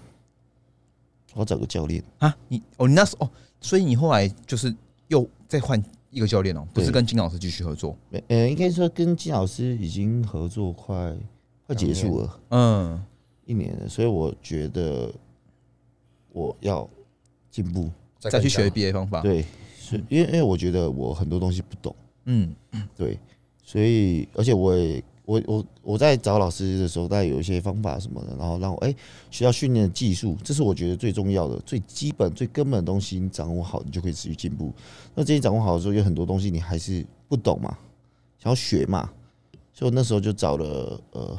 我要找个教练。啊，你哦，你那时候哦，所以你后来就是又再换一个教练哦，不是对跟金老师继续合作？呃呃，应该说跟金老师已经合作快快结束了。嗯，一年了，所以我觉得我要进步。再去更强学，别的方法。对，是因为因为我觉得我很多东西不懂，嗯，对，所以而且我也我我我在找老师的时候，大概有一些方法什么的，然后让我哎、学到训练的技术，这是我觉得最重要的、最基本、最根本的东西，你掌握好，你就可以持续进步。那这些掌握好的时候，有很多东西你还是不懂嘛，想要学嘛，所以我那时候就找了呃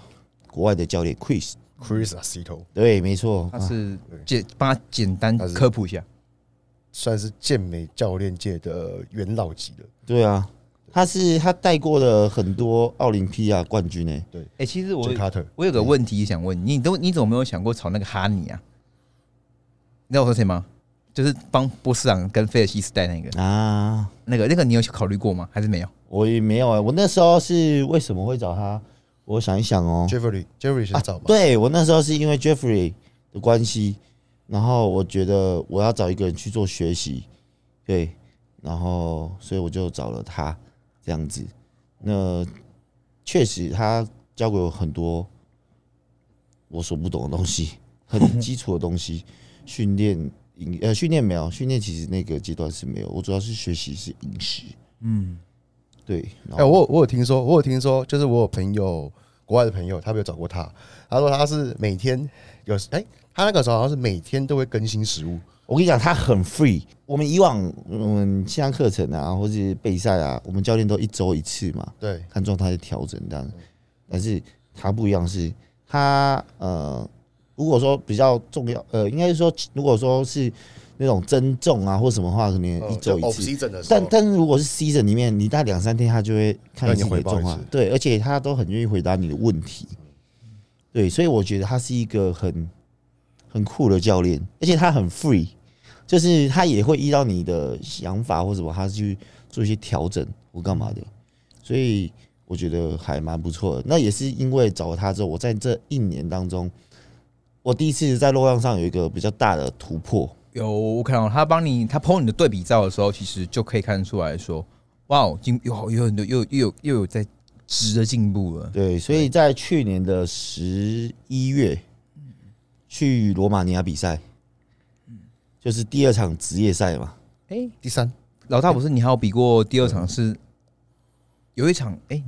国外的教练 Chris， Chris Acito 对，没错，他啊是对简帮他简单他是科普一下。算是健美教练界的元老级的，对啊，他是他带过了很多奥林匹亚冠军诶、欸哎、其实我 Jay Carter。我有个问题想问你，你都你怎么没有想过炒那个哈尼啊？你知道我说谁吗？就是帮波斯朗跟菲尔西斯带那个啊，那个那个，你有考虑过吗？还是没有？我也没有啊、我那时候是为什么会找他？我想一想哦、 Jeffrey Jeffrey 先找嘛，对我那时候是因为 Jeffrey 的关系，然后我觉得我要找一个人去做学习，对，然后所以我就找了他这样子。那确实他教给我很多我所不懂的东西，很基础的东西，训练。饮呃，训练没有，训练其实那个阶段是没有，我主要是学习是饮食，嗯，对。然哎、后我有我有听说，我有听说，就是我有朋友，国外的朋友，他没有找过他，他说他是每天有，哎、他那个时候好像是每天都会更新食物，我跟你讲，他很 free。我们以往我们线上课程啊，或是备赛啊，我们教练都一周一次嘛，对，看状态调整这样。但是他不一样是，他呃，如果说比较重要，呃，应该是说，如果说是那种增重啊或什么的话，可能呃嗯一周一次。整的但但是如果是 season 里面，你大概两三天，他就会看让你你自己回的报状一况次，对，而且他都很愿意回答你的问题。对，所以我觉得他是一个很很酷的教练，而且他很 free，就是他也会依照你的想法或什么，他去做一些调整或干嘛的。所以我觉得还蛮不错的。那也是因为找了他之后，我在这一年当中，我第一次在肉量上有一个比较大的突破。有我看到他帮你，他 PO 你的对比照的时候，其实就可以看出来说，哇，哦，进有有很多又又有又有在值的进步了。对，所以在去年的十一月，去罗马尼亚比赛，就是第二场职业赛嘛。哎、第三，老大不是你还有比过第二场是有一场哎、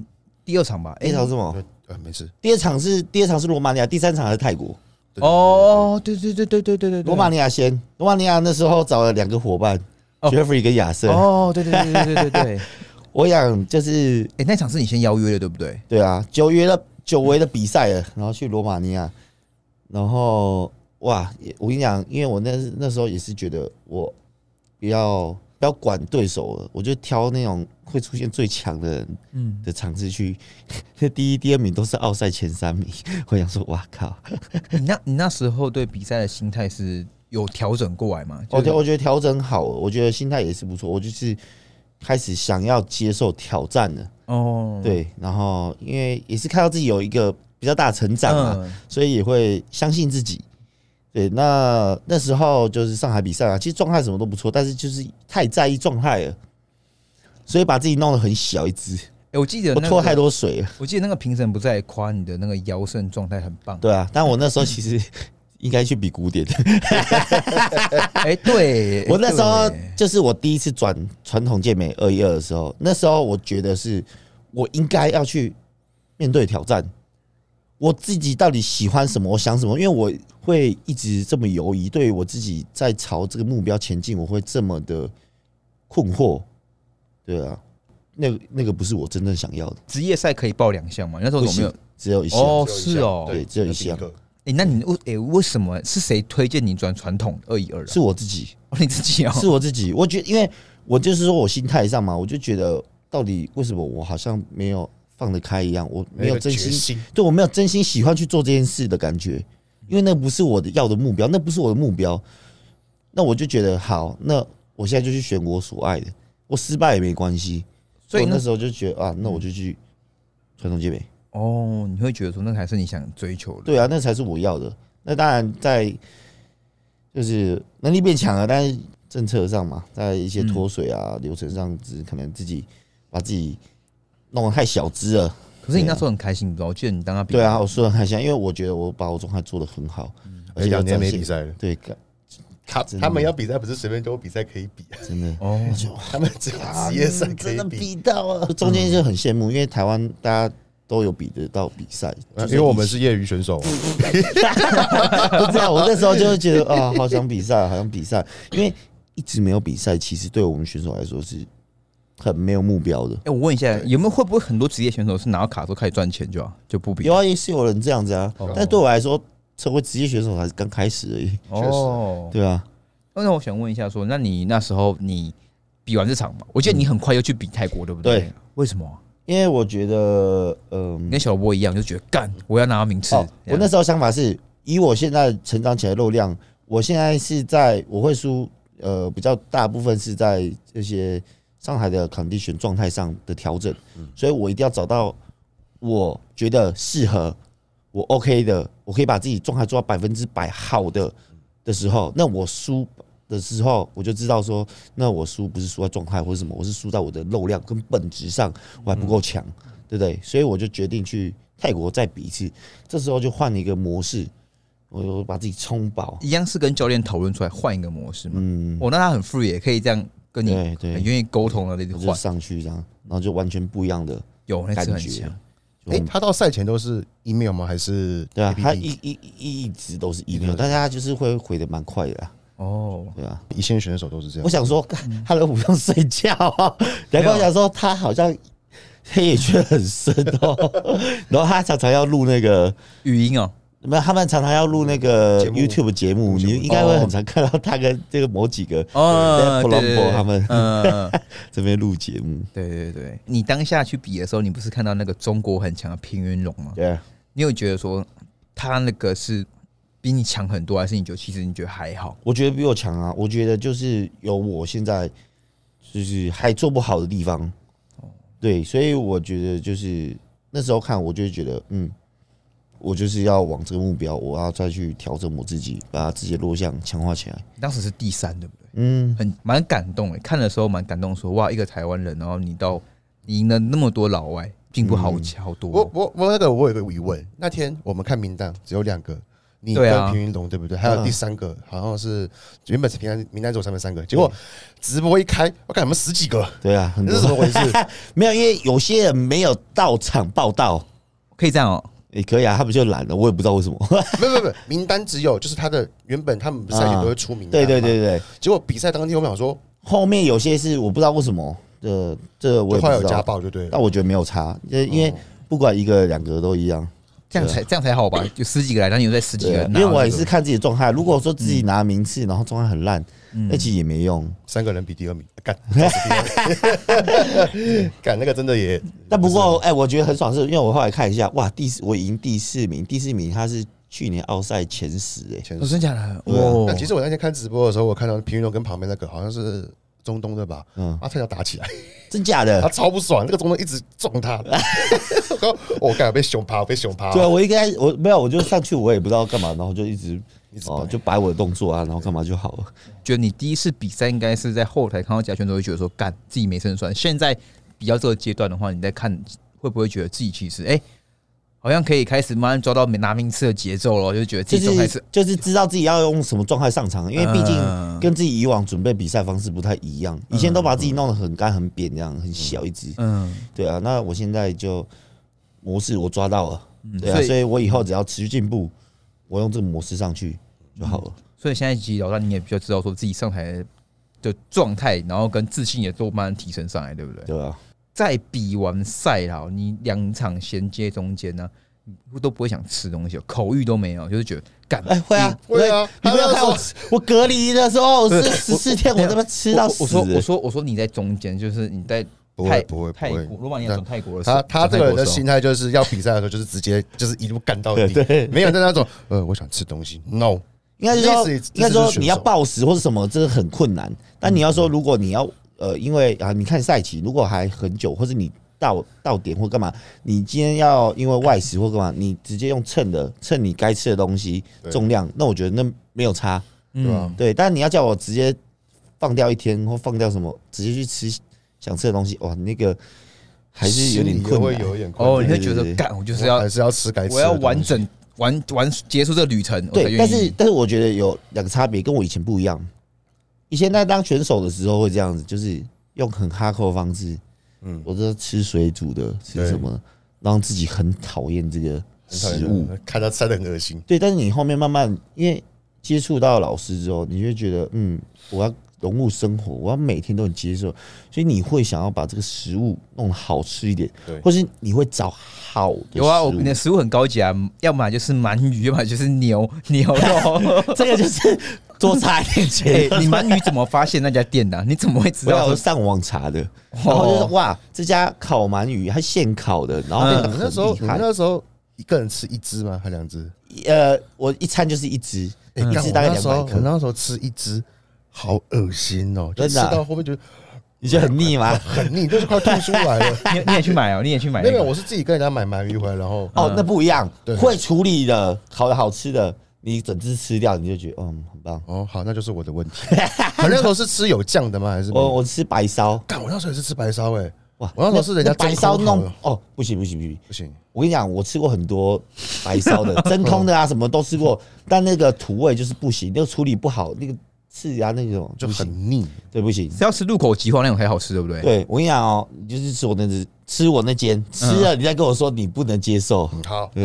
第二场吧？哎、第二场是什么？呃，呃没事，第二场是第二场是罗马尼亚，第三场还是泰国。对哦，对对对对对对对，罗马尼亚先，罗马尼亚那时候找了两个伙伴、哦 j e f f r e y 跟亚瑟。哦，对对对对对对对， 哎、我想就是那场是你先邀约的对不对？对啊，久约了久违的比赛了，然后去罗马尼亚，然后哇，也我跟你讲，因为我那那时候也是觉得我不要不要管对手了，我就挑那种会出现最强的人嗯，的场次去， 那第一、第二名都是奥赛前三名， 我想说，哇靠，你那你那时候对比赛的心态是有调整过来吗？就我是调我觉得调整好了，我觉得心态也是不错，我就是开始想要接受挑战了，哦，对，然后因为也是看到自己有一个比较大的成长啊，嗯所以也会相信自己。对，那那时候就是上海比赛啊，其实状态什么都不错，但是就是太在意状态了，所以把自己弄得很小一只，哎、我记得我那拖太个，多水了。我记得那个评审不在夸你的那个腰身状态很棒。对啊，但我那时候其实应该去比古典的，哎、对， 我那时候对就是我第一次转传统健美二一二的时候，那时候我觉得是我应该要去面对挑战，我自己到底喜欢什么，我想什么，因为我会一直这么犹疑，对于我自己在朝这个目标前进，我会这么的困惑，对啊，那那个不是我真正想要的，职业赛可以报两项嘛？那时候不有没行，有？只有一项，哦，只有一项是哦。对哎、只有一项那第个那你为哎、为什么是谁推荐你转传统二一二的？是我自己。哦 你自己哦。是我自己。我觉得，因为我就是说我心态上嘛，我就觉得到底为什么我好像没有放得开一样，我没那有个真决心，心，对我没有真心喜欢去做这件事的感觉，因为那不是我的要的目标，那不是我的目标。那我就觉得好，那我现在就去选我所爱的，我失败也没关系。所所以以那那时候就觉得啊，那我就去传统街美。哦，你会觉得说那才是你想追求的。对啊，那才是我要的。那当然在就是能力变强了，但是政策上嘛，在一些嗯脱水啊、流程上，只是可能自己把自己弄得太小只了。可是你那时候很开心，你知道？我记得你当他比啊对啊，我说得很像，因为我觉得我把我状态做得很好，哎，而且要两年展没现比。赛了。对，干他真的他们要比赛不是随便都有比赛可以比，啊真的哦， 他们只有哦职业赛可嗯真以的比。比到啊！中间就很羡慕，因为台湾大家都有比得到比赛，就呃因为我们是业余选手啊， 不知道，我那时候就会觉得啊，好想比赛，好想比赛，因为一直没有比赛，其实对我们选手来说是很没有目标的。哎、我问一下，有没有会不会很多职业选手是拿到卡之后开始赚钱就好就不比？有啊，也是有人这样子啊哦，但对我来说，成为职业选手还是刚开始而已，哦，对啊，哦那我想问一下说那你那时候你比完这场嘛？我记得你很快又去比泰国，对不对对？为什么？因为我觉得，嗯你，跟小波一样，就觉得干，我要拿到名次。哦，这我样那时候想法是，以我现在成长起来的肉量，我现在是在我会输，呃，比较大部分是在这些上海的 condition 状态上的调整，嗯所以我一定要找到我觉得适合我 OK 的，我可以把自己状态做到百分之百好的的时候，那我输。的时候，我就知道说，那我输不是输在状态或者什么，我是输在我的肉量跟本质上，我还不够强，对不对？所以我就决定去泰国再比一次。这时候就换了一个模式，我我把自己充饱。一样是跟教练讨论出来换一个模式嘛。嗯，哦，那他很 free，也可以这样跟你对对很愿意沟通的那我种就换，上去这样，然后就完全不一样的有那感次很觉强。。就哎、他到赛前都是 email 吗？还是嗯对啊， APP？他一一一一直都是一流，但是他就是会回的蛮快的啊，哦，对啊。一线选手都是这样。我想说，干他都不用睡觉啊，然后我想说他好像黑眼圈很深哦，然后他常常要录那个。语音哦，没有，他们常常要录那个节目 YouTube 节目，你应该会很常看到他跟这个某几个哦，对对对对， Colombo 他们嗯，嗯嗯这边录节目，对对对，你当下去比的时候，你不是看到那个中国很强的平原龙吗？对啊，你有觉得说他那个是比你强很多，还是你觉得其实你觉得还好？我觉得比我强啊！我觉得就是有我现在就是还做不好的地方，对，所以我觉得就是那时候看，我就会觉得，嗯，我就是要往这个目标，我要再去调整我自己，把自己的弱项强化起来。当时是第三，对不对？嗯，很蛮感动诶，看的时候蛮感动说哇，一个台湾人，然后你到你赢了那么多老外，进步嗯好、好多我哦。我我那个我有一个疑问，那天我们看名单只有两个，你对跟啊平云龙对不对？还嗯有第三个好像是原本是名单名单只有上面三个，结果直播一开，我看你们十几个，对啊，很这多是怎么回事？ 没有，因为有些人没有到场报道，可以这样哦，也可以啊，他们就懒了，我也不知道为什么。 没有没有没有，名单只有就是他的原本他们赛前都会出名单，对嗯对对，对，结果比赛当天我们想说，后面有些是我不知道为什么，这这我就后也不来有知家道。暴哦就对了但。我觉得没有差，因为因为不管一个两个都一样，这样才这样才好吧？有十几个来，然后有在十几啊对个啊，因拿到这个，嗯为我也是看自己的状态。如果说自己拿名次，然后状态很烂，那其实也没用。三个人比第二名，啊干， 干死第二干那个真的也， 但不过，哎、我觉得很爽是，因为我后来看一下，哇，第四我赢第四名，第四名他是去年奥赛前十、哎，前哦，真假的？对啊哇那！其实我那天看直播的时候，我看到平云龙跟旁边那个好像是中东的吧，嗯嗯，他差点打起来，真假他啊的？超不爽，那个中东一直撞他，我靠我感觉被熊趴，我被熊趴，对啊，我应该我没有，我就上去，我也不知道干嘛，然后就一直一直哦哦，就摆我的动作啊，然后干嘛就好了。觉得你第一次比赛应该是在后台看到甲选手，会觉得说干自己没胜算。现在比较这个阶段的话，你在看会不会觉得自己其实哎、好像可以开始慢慢抓到拿名次的节奏了，就觉得就自己状态是是就是知道自己要用什么状态上场，因为毕竟嗯跟自己以往准备比赛方式不太一样，以前都把自己弄得很干很扁，这样很小一只。嗯，对啊，那我现在就模式我抓到了，对嗯啊所，以所以我以后只要持续进步，我用这个模式上去就好了。所以现在其实老大你也比较知道说自己上台的状态，然后跟自信也都慢慢提升上来，对不对？对啊，在比完赛啦，你两场衔接中间呢、你都不会想吃东西哦，口欲都没有，就是觉得干哎，会啊，会啊你他不要那看时候我，我隔离的时候是十四天，没我有他妈吃到死。欸我我说我说我说你在中间，就是你在不会泰不会泰不会国罗马尼亚转泰国的时候他，他这个人的转心态就是要比赛的时候就是直接就是一路干到底，对没有在那种呃我想吃东西，no，应该是说类似，应该这说就是选手你要暴食或者什么，这个很困难。但你要说，如果你要呃，因为啊，你看赛期如果还很久，或者你到到点或干嘛，你今天要因为外食或干嘛，你直接用称的称你该吃的东西对重量，那我觉得那没有差。嗯对吧对，但你要叫我直接放掉一天或放掉什么，直接去吃想吃的东西，哇，那个还是有点心里困会难。有一点困哦，难你看会觉得对对对干，我就是我要还是要吃该吃的我要东西完整完完结束这个旅程，我才愿意对，但是但是我觉得有两个差别，跟我以前不一样。以前在当选手的时候会这样子，就是用很哈扣的方式，嗯嗯，我都吃水煮的，吃什么，让自己很讨厌这个很讨厌食物。看他塞的很恶心，对，但是你后面慢慢因为接触到老师之后，你就会觉得，嗯，我要融入生活，我要每天都很接受，所以你会想要把这个食物弄得好吃一点，对或是你会找好的有啊，我食物你的食物很高级啊，要么就是鳗鱼，要么就是牛牛肉。这 个就是多差一点 哎钱。，你鳗鱼怎么发现那家店的啊？你怎么会知我道有说？上网查的，哦然后就是哇，这家烤鳗鱼还现烤的，然后嗯那个哎你那时候很你厉害。那时候一个人吃一只吗？还两只？呃，我一餐就是一只，欸一干只我大概那两时候百我克，那时候吃一只，好恶心哦、就真吃的啊到后面觉得你觉得很腻吗？很腻，就是快吐出来了。你你也去买哦，你也去买没那有，没个。有我是自己跟人家买鳗鱼回来，然后哦，那不一样嗯对，会处理的，烤的好吃的，你整只吃掉，你就觉得嗯，很棒。哦，好，那就是我的问题。 我那时候是吃有酱的吗？还是我我？我吃白烧，干，我那时候也是吃白烧哎、哇，我那时候是人家那白真烧空烤弄的哦，不行不行不行，不行，我跟你讲，我吃过很多白烧 的、真空的啊，什么都吃过，但那个土味就是不行，那个处理不好，那个刺啊那种就不行，很腻。对不行。是要吃入口即化那种才好吃，对不对？对我跟你讲哦，你就是吃我那只，吃我那间，吃了你再跟我说你不能接受，嗯好，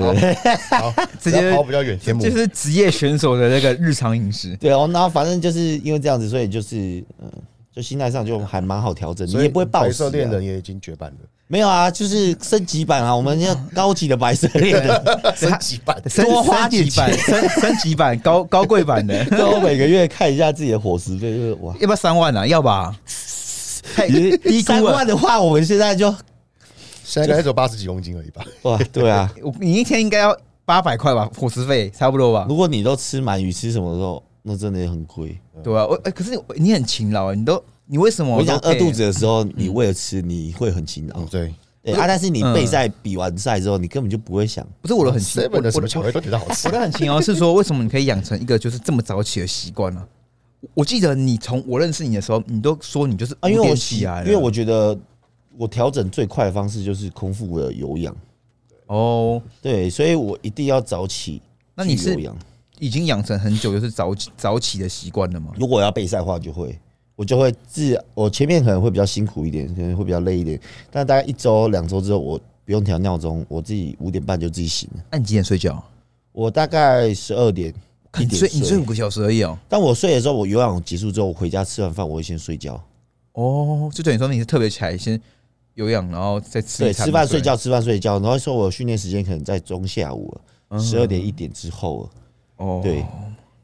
好，好，直接不要跑比较远，天母。就是职业选手的那个日常饮食。对哦，那反正就是因为这样子，所以就是嗯，就心态上就还蛮好调整，你所以也不会暴白食、色恋啊。人也已经绝版了，没有啊，就是升级版啊，我们哦要高级的白色恋 人， 升级版。升多花升级版、升升级版、高高贵版的， 最后每个月看一下自己的伙食费，就是哇，要不要三万啊？要吧？太低三估啊万了。的话，我们现在就现在应该只有八十几公斤而已吧？哇，对啊，我你一天应该要八百块吧，伙食费差不多吧？如果你都吃鳗鱼吃什么的时候，那真的也很贵。对啊，我、哎，可是你你很勤劳啊，你都你为什么嗯我跟你讲，都可饿以嗯肚子？的时候，你为了吃，你会很勤劳。嗯对对啊，但是你备赛、比完赛之后，你根本就不会想。不是我的很奇，seven 我的的什我么的巧克力都觉得好 吃我。的很奇妙是说，为什么你可以养成一个就是这么早起的习惯呢？我我记得你从我认识你的时候，你都说你就是啊，五因为我点喜，起来了，因为我觉得我调整最快的方式就是空腹的有氧，哦，对，所以我一定要早起。那你是有氧？已经养成很久就是早起早起的习惯了嘛？如果要备赛的话，就会我就会自我前面可能会比较辛苦一点，可能会比较累一点，但大概一周两周之后，我不用调闹钟，我自己五点半就自己醒了。那你几点睡觉？我大概十二点一啊你点睡你睡睡五，个小时而已哦。但我睡的时候，我有氧结束之后，我回家吃完饭，我会先睡觉。哦，就等于说你是特别起来先有氧，然后再吃对，一餐吃饭睡觉，吃饭睡觉，然后说我训练时间可能在中下午了，十二点一点之后了。嗯哦，对，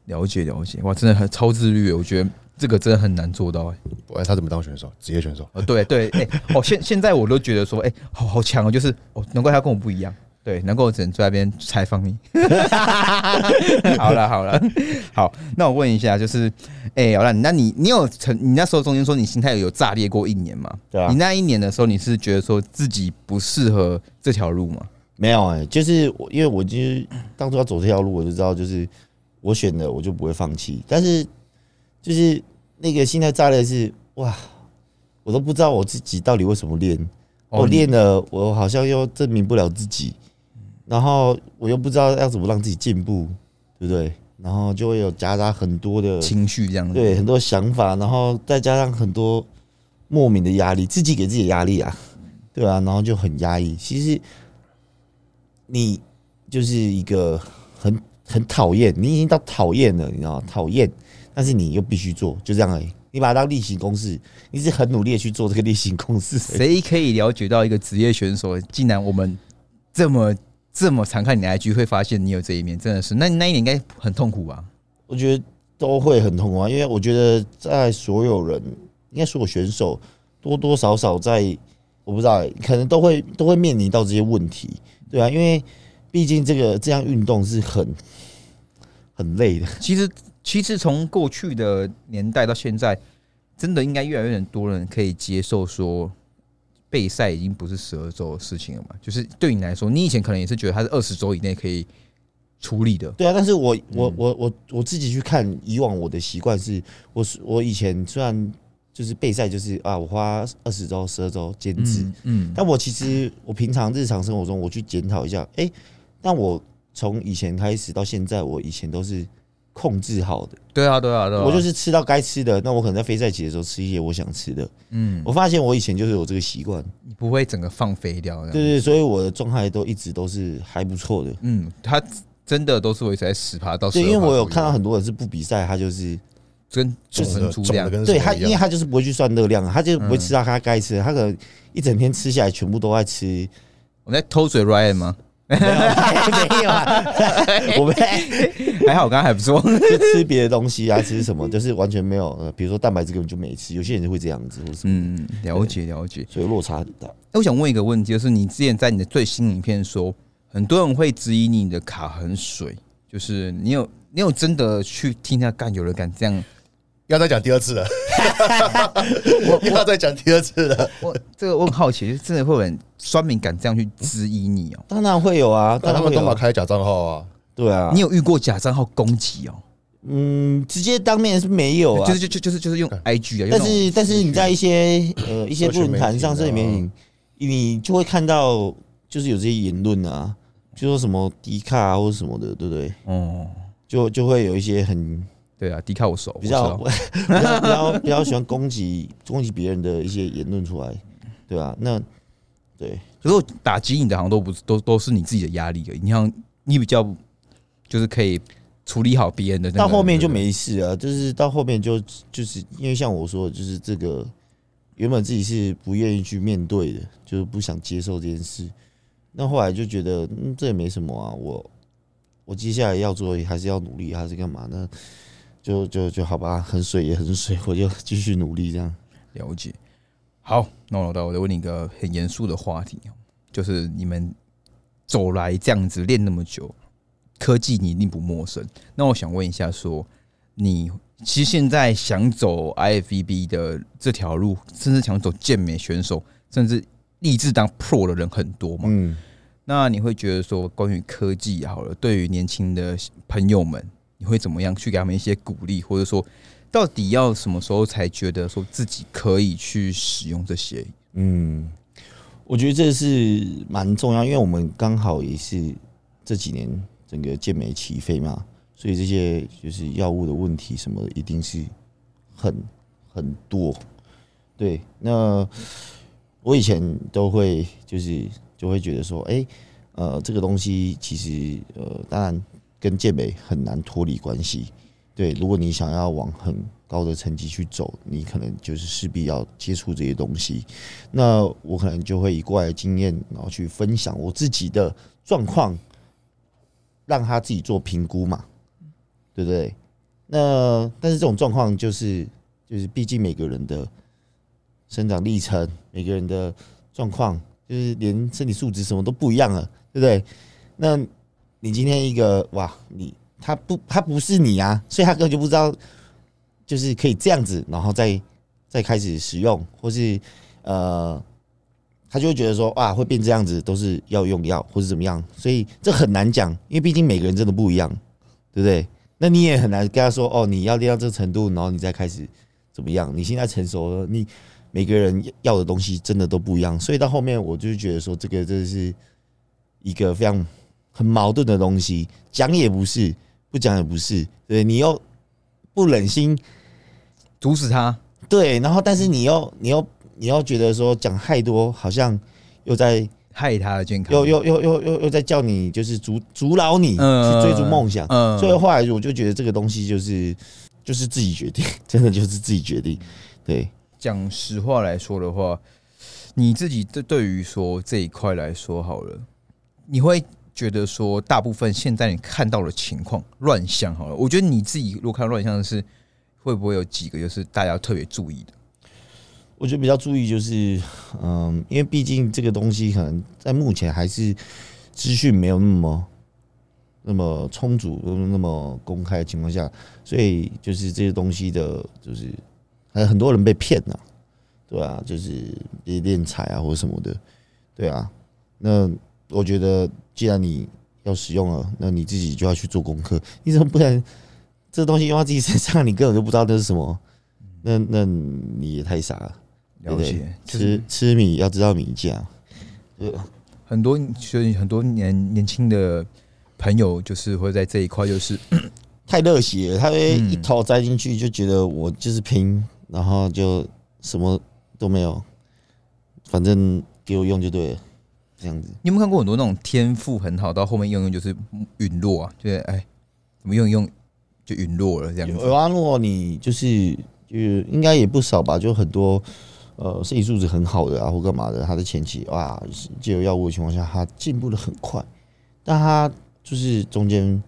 了解了解，哇，真的很超自律耶，我觉得这个真的很难做到哎。不然他怎么当选手？职业选手？哦，对对，哎、哦，现现在我都觉得说，哎、好好强哦，就是哦，难怪他跟我不一样，对，难怪我只能坐在那边采访 你。 好了好了，好，那我问一下，就是，哎、好了，那你你有曾你那时候中间说你心态有炸裂过一年吗？对啊你那一年的时候，你是觉得说自己不适合这条路吗？没有哎、就是我，因为我就是当初要走这条路，我就知道，就是我选的，我就不会放弃。但是就是那个心态炸裂是哇，我都不知道我自己到底为什么练，哦我练了，我好像又证明不了自己，然后我又不知道要怎么让自己进步，对不对？然后就会有夹杂很多的情绪这样子，对很多想法，然后再加上很多莫名的压力，自己给自己的压力啊，对啊，然后就很压抑。其实你就是一个很很讨厌，你已经到讨厌了，你知道吗？讨厌，但是你又必须做，就这样而已。你把它当例行公事，你是很努力的去做这个例行公事。谁可以了解到一个职业选手？竟然我们这么这么常看你的 IG，会发现你有这一面，真的是。那你那一年应该很痛苦吧？ 我觉得都会很痛苦啊，因为我觉得在所有人，应该所有选手多多少少在，我不知道欸、可能都会都会面临到这些问题，对啊，因为毕竟这个这项运动是很很累的， 其实，其实从过去的年代到现在，真的应该越来越多人可以接受说，备赛已经不是十二周的事情了嘛。就是对你来说，你以前可能也是觉得它是二十周以内可以处理的。对啊，但是我我我我我自己去看以往我的习惯是，我是我以前虽然就是备赛就是啊，我花二十周十二周减脂，嗯嗯，但我其实我平常日常生活中，我去检讨一下，哎、那我从以前开始到现在，我以前都是控制好的，对啊，对啊，对啊，我就是吃到该吃的。那我可能在非赛期的时候吃一些我想吃的。嗯，我发现我以前就是有这个习惯，你不会整个放飞掉的。对对，所以我的状态都一直都是还不错的。嗯，它真的都是维持在十趴到十对，因为我有看到很多人是不比赛，他就是跟总肿成的出肿量的。跟对什他，么一因为样。他就是不会去算热量，啊他就是不会吃到他该吃的，他可能一整天吃下来全部都在吃 我在偷嘴 Ryan 吗？没有，没有啊，我们还好，我刚刚还不错。就吃别的东西啊，吃 什么，就是完全没有，呃，比如说蛋白质根本就没吃，有些人就会这样子，或是嗯，了解了解。所以落差很大。哎，我想问一个问题，就是你之前在你的最新影片说，很多人会质疑你的卡很水，就是你有你有真的去听他干，有人敢这样？要再讲第二次 了， 要再讲第二次了。我这个我很好奇，就是真的会有人酸民敢这样去质疑你哦？当然会有啊，那他当然们会干嘛有，开假账号啊？对啊你，有遇过假账号攻击哦？嗯，直接当面是没有啊哎就，是就就就是就是用 IG 啊，但是但是你在一些呃一些社群论坛上媒体这里面啊，你就会看到就是有这些言论啊，就说什么迪卡、啊、或者什么的，对不对？哦，就就会有一些很对啊，迪卡我熟，比我较知道比较 比较比较喜欢攻击攻击别人的一些言论出来，对啊，那对。可是我打击你的好像都不是，都都是你自己的压力而已。你好像你比较就是可以处理好别人的、那个到后面就对不对没事啊，就是到后面就就是因为像我说的，就是这个原本自己是不愿意去面对的，就是不想接受这件事。那后来就觉得，嗯，这也没什么啊，我我接下来要做还是要努力，还是干嘛呢？就就就好吧，很水也很水，我就继续努力这样。了解。好，那我到我再问你一个很严肃的话题哦，就是你们走来这样子练那么久，科技你一定不陌生。那我想问一下说你其实现在想走 IFBB 的这条路，甚至想走健美选手，甚至立志当 Pro 的人很多嘛。嗯，那你会觉得说，关于科技好了，对于年轻的朋友们，你会怎么样去给他们一些鼓励，或者说，到底要什么时候才觉得说自己可以去使用这些？嗯，我觉得这是蛮重要，因为我们刚好也是这几年整个健美起飞嘛，所呃以这些就是药物的问题什么的，一定是很很多。对，那我以前都会就是就会觉得说，哎、呃，这个东西其实呃，当然跟健美很难脱离关系。对，如果你想要往很高的成绩去走，你可能就是势必要接触这些东西。那我可能就会以过来的经验，然后去分享我自己的状况，让他自己做评估嘛，对不对？那但是这种状况就是就是，毕竟每个人的生长历程，每个人的状况，就是连身体素质什么都不一样了，对不对？那你今天一个哇，你他不他不是你啊，所以他根本就不知道，就是可以这样子，然后再再开始使用，或是呃，他就会觉得说啊，会变这样子，都是要用药或是怎么样，所以这很难讲，因为毕竟每个人真的不一样，对不对？那你也很难跟他说哦，你要练到这个程度，然后你再开始怎么样？你现在成熟了，你每个人要的东西真的都不一样，所以到后面我就觉得说，这个真的是一个非常很矛盾的东西，讲也不是，不讲也不是，对你又不忍心阻止他，对，然后但嗯是你又你又你又觉得说讲太多，好像又在害他的健康，又又又又又又在叫你就是阻阻挠你去追逐梦想，嗯所以后来我就觉得这个东西就是就是自己决定， 真的就是自己决定，对，讲实话来说的话，你自己对对于说这一块来说好了，你会觉得说，大部分现在你看到的情况乱象好了，我觉得你自己如果看到乱象的是会不会有几个就是大家特别注意的？我觉得比较注意就是，嗯，因为毕竟这个东西可能在目前还是资讯没有那么那么充足、那么公开的情况下，所以就是这些东西的，就是还有很多人被骗了、对啊，就是被敛财啊或者什么的，对啊。那我觉得既然你要使用了，那你自己就要去做功课，你怎么不然这东西用到自己身上，你根本就不知道那是什么？那那你也太傻了。了对解，就是吃吃米要知道米价，很多所以很多年年轻的朋友就是会在这一块就是太热血了，他会一头栽进去，就觉得我就是拼，然后就什么都没有，反正给我用就对了，这样子。你有没有看过很多那种天赋很好，到后面用一用就是陨落啊？就是哎，怎么用一用就陨落了这样子？有啊，如果你就是就是应该也不少吧，就很多呃身体素质很好的啊或干嘛的，他的前期哇借由药物的情况下，他进步的很快，但他就是中间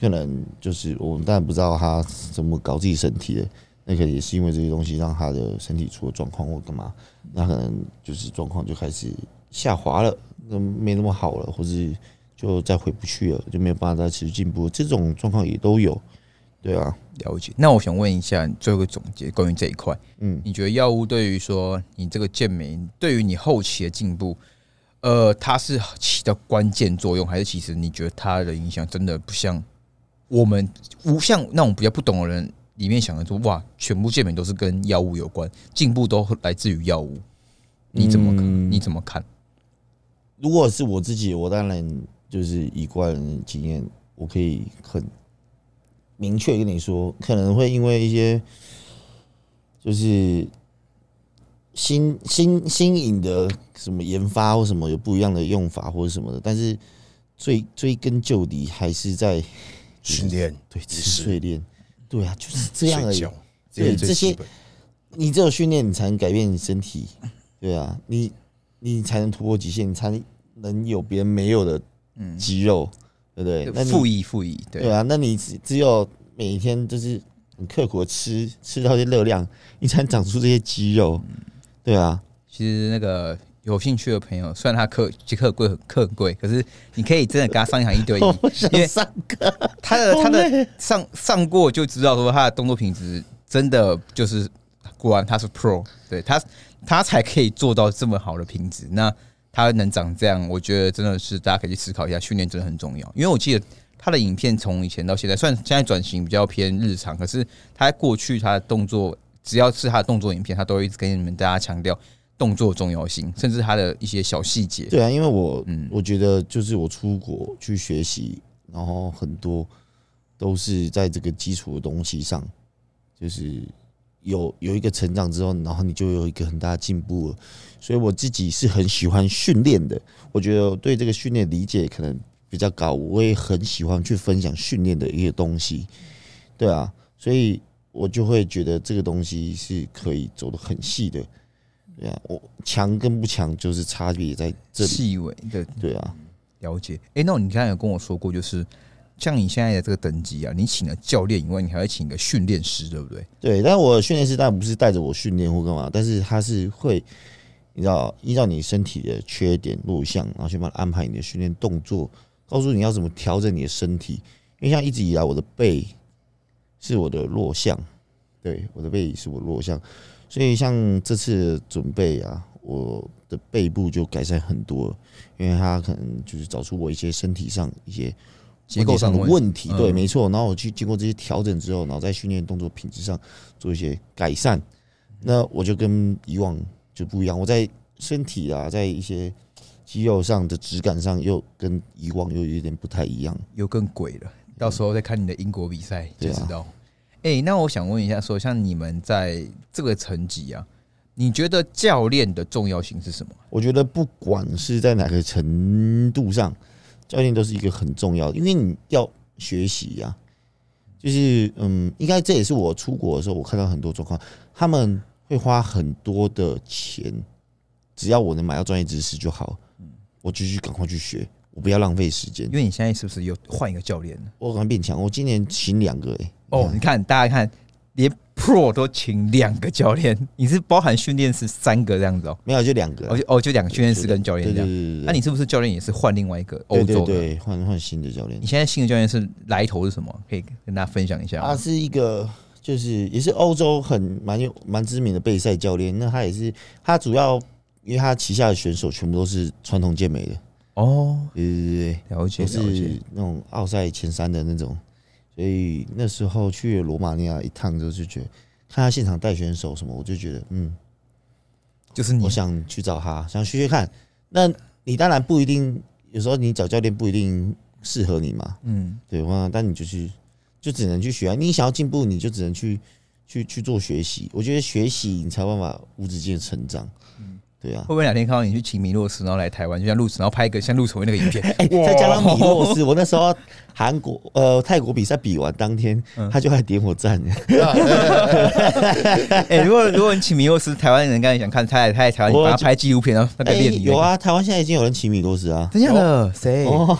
可能就是我们当然不知道他怎么搞自己身体的，那可能也是因为这些东西让他的身体出了状况或干嘛，那可能就是状况就开始下滑了，那没那么好了，或是。就再回不去了，就没有办法再持续进步，这种状况也都有，对啊。了解。那我想问一下，最后一个总结关于这一块，嗯，你觉得药物对于说你这个健美，对于你后期的进步，呃，它是起到关键作用，还是其实你觉得它的影响真的不像我们无像那种比较不懂的人里面想的说，哇，全部健美都是跟药物有关，进步都来自于药物？你怎么看？嗯你怎么看？如果是我自己，我当然就是以过来人的经验，我可以很明确跟你说，可能会因为一些就是新新新颖的什么研发或什么有不一样的用法或者什么的，但是追追根究底还是 在训练、对饮吃食睡练，对啊，就是这睡样而已觉。，对是最这些基本你只有训练，你才能改变你身体，对啊，你你才能突破极限，你才能有别人没有的肌肉，对不对？那复你议复议，对对啊，那你只只有每天就是很刻苦的吃，吃到一些热量，你才能长出这些肌肉，对啊，其实那个有有兴趣的朋友，虽然他课节课贵很课很贵，可是你可以真的跟他上一堂一 对我一，不想因为上课，他的好他的累上上过就知道说他的动作品质真的就是果然他是 pro，对他他才可以做到这么好的品质。那他能长这样，我觉得真的是大家可以去思考一下，训练真的很重要。因为我记得他的影片从以前到现在，虽然现在转型比较偏日常，可是他过去他的动作，只要是他的动作影片，他都会一直跟你们大家强调动作重要性，甚至他的一些小细节。对啊，因为我、我觉得就是我出国去学习，然后很多都是在这个基础的东西上，就是有有一个成长之后，然后你就有一个很大的进步了。所以我自己是很喜欢训练的，我觉得我对这个训练理解可能比较高，我也很喜欢去分享训练的一些东西。对啊，所以我就会觉得这个东西是可以走得很细的。对啊，我强跟不强就是差别在这里。细微的对啊，了解。哎、那你刚才有跟我说过，就是像你现在的这个等级啊，你请了教练以外，你还会请一个训练师，对不对？对，但我训练师当然不是带着我训练或干嘛，但是他是会，你知道，依照你身体的缺点弱项，然后去帮他安排你的训练动作，告诉你要怎么调整你的身体。因为像一直以来我的背是我的弱项，对，我的背是我弱项，所以像这次的准备啊，我的背部就改善很多了，因为他可能就是找出我一些身体上一些结构上的的问问题，对，嗯没错。然后我去经过这些调整之后，然后在训练动作品质上做一些改善，那我就跟以往就不一样。我在身体啊，在一些肌肉上的质感上，又跟以往又有一点不太一样。又更鬼了，到时候再看你的英国比赛就对啊知道。哎、那我想问一下说像你们在这个层级啊，你觉得教练的重要性是什么？我觉得不管是在哪个程度上，教练都是一个很重要的，因为你要学习呀、就是嗯，应该这也是我出国的时候，我看到很多状况，他们会花很多的钱，只要我能买到专业知识就好，我就去赶快去学，我不要浪费时间因。为你现在是不是又换一个教练了？我赶快变强，我今年请两个、欸，哦，你看大家看，连 Pro 都请两个教练，你是包含训练师三个这样子哦，没有就两个啊，哦就哦就两个训练师跟教对练这样。对对对，那、你是不是教练也是换另外一个欧对对洲的？对换换新的教练你。现在新的教练是来头是什么？可以跟大家分享一下吗。他是一个就是也是欧洲很蛮有蛮知名的备赛教练，那他也是他主要因为他旗下的选手全部都是传统健美的，哦，对对对对，了解都了解是。那种奥赛前三的那种，所以那时候去罗马尼亚一趟之后就觉得。看他现场带选手什么，我就觉得，嗯，就是你啊我想去找他，想学学看。那你当然不一定，有时候你找教练不一定适合你嘛，嗯，对哇，但你就去，就只能去学啊。你想要进步，你就只能去去去做学习。我觉得学习你才有办法无止境的成长。对啊会。不会哪天看到你去请米洛斯，然后来台湾，就像路然后拍一个像路成为那个影片？ 哎、再加上米洛斯，斯，我那时候韩国呃泰国比赛比完当天，他就来点我赞，哎，如果如果你请米洛斯，台湾人刚才想看他来他来台湾，你我帮他拍纪录片，然后那个哎、练你那个有，啊，台湾现在已经有人骑米洛斯啊，真假的？谁？哦，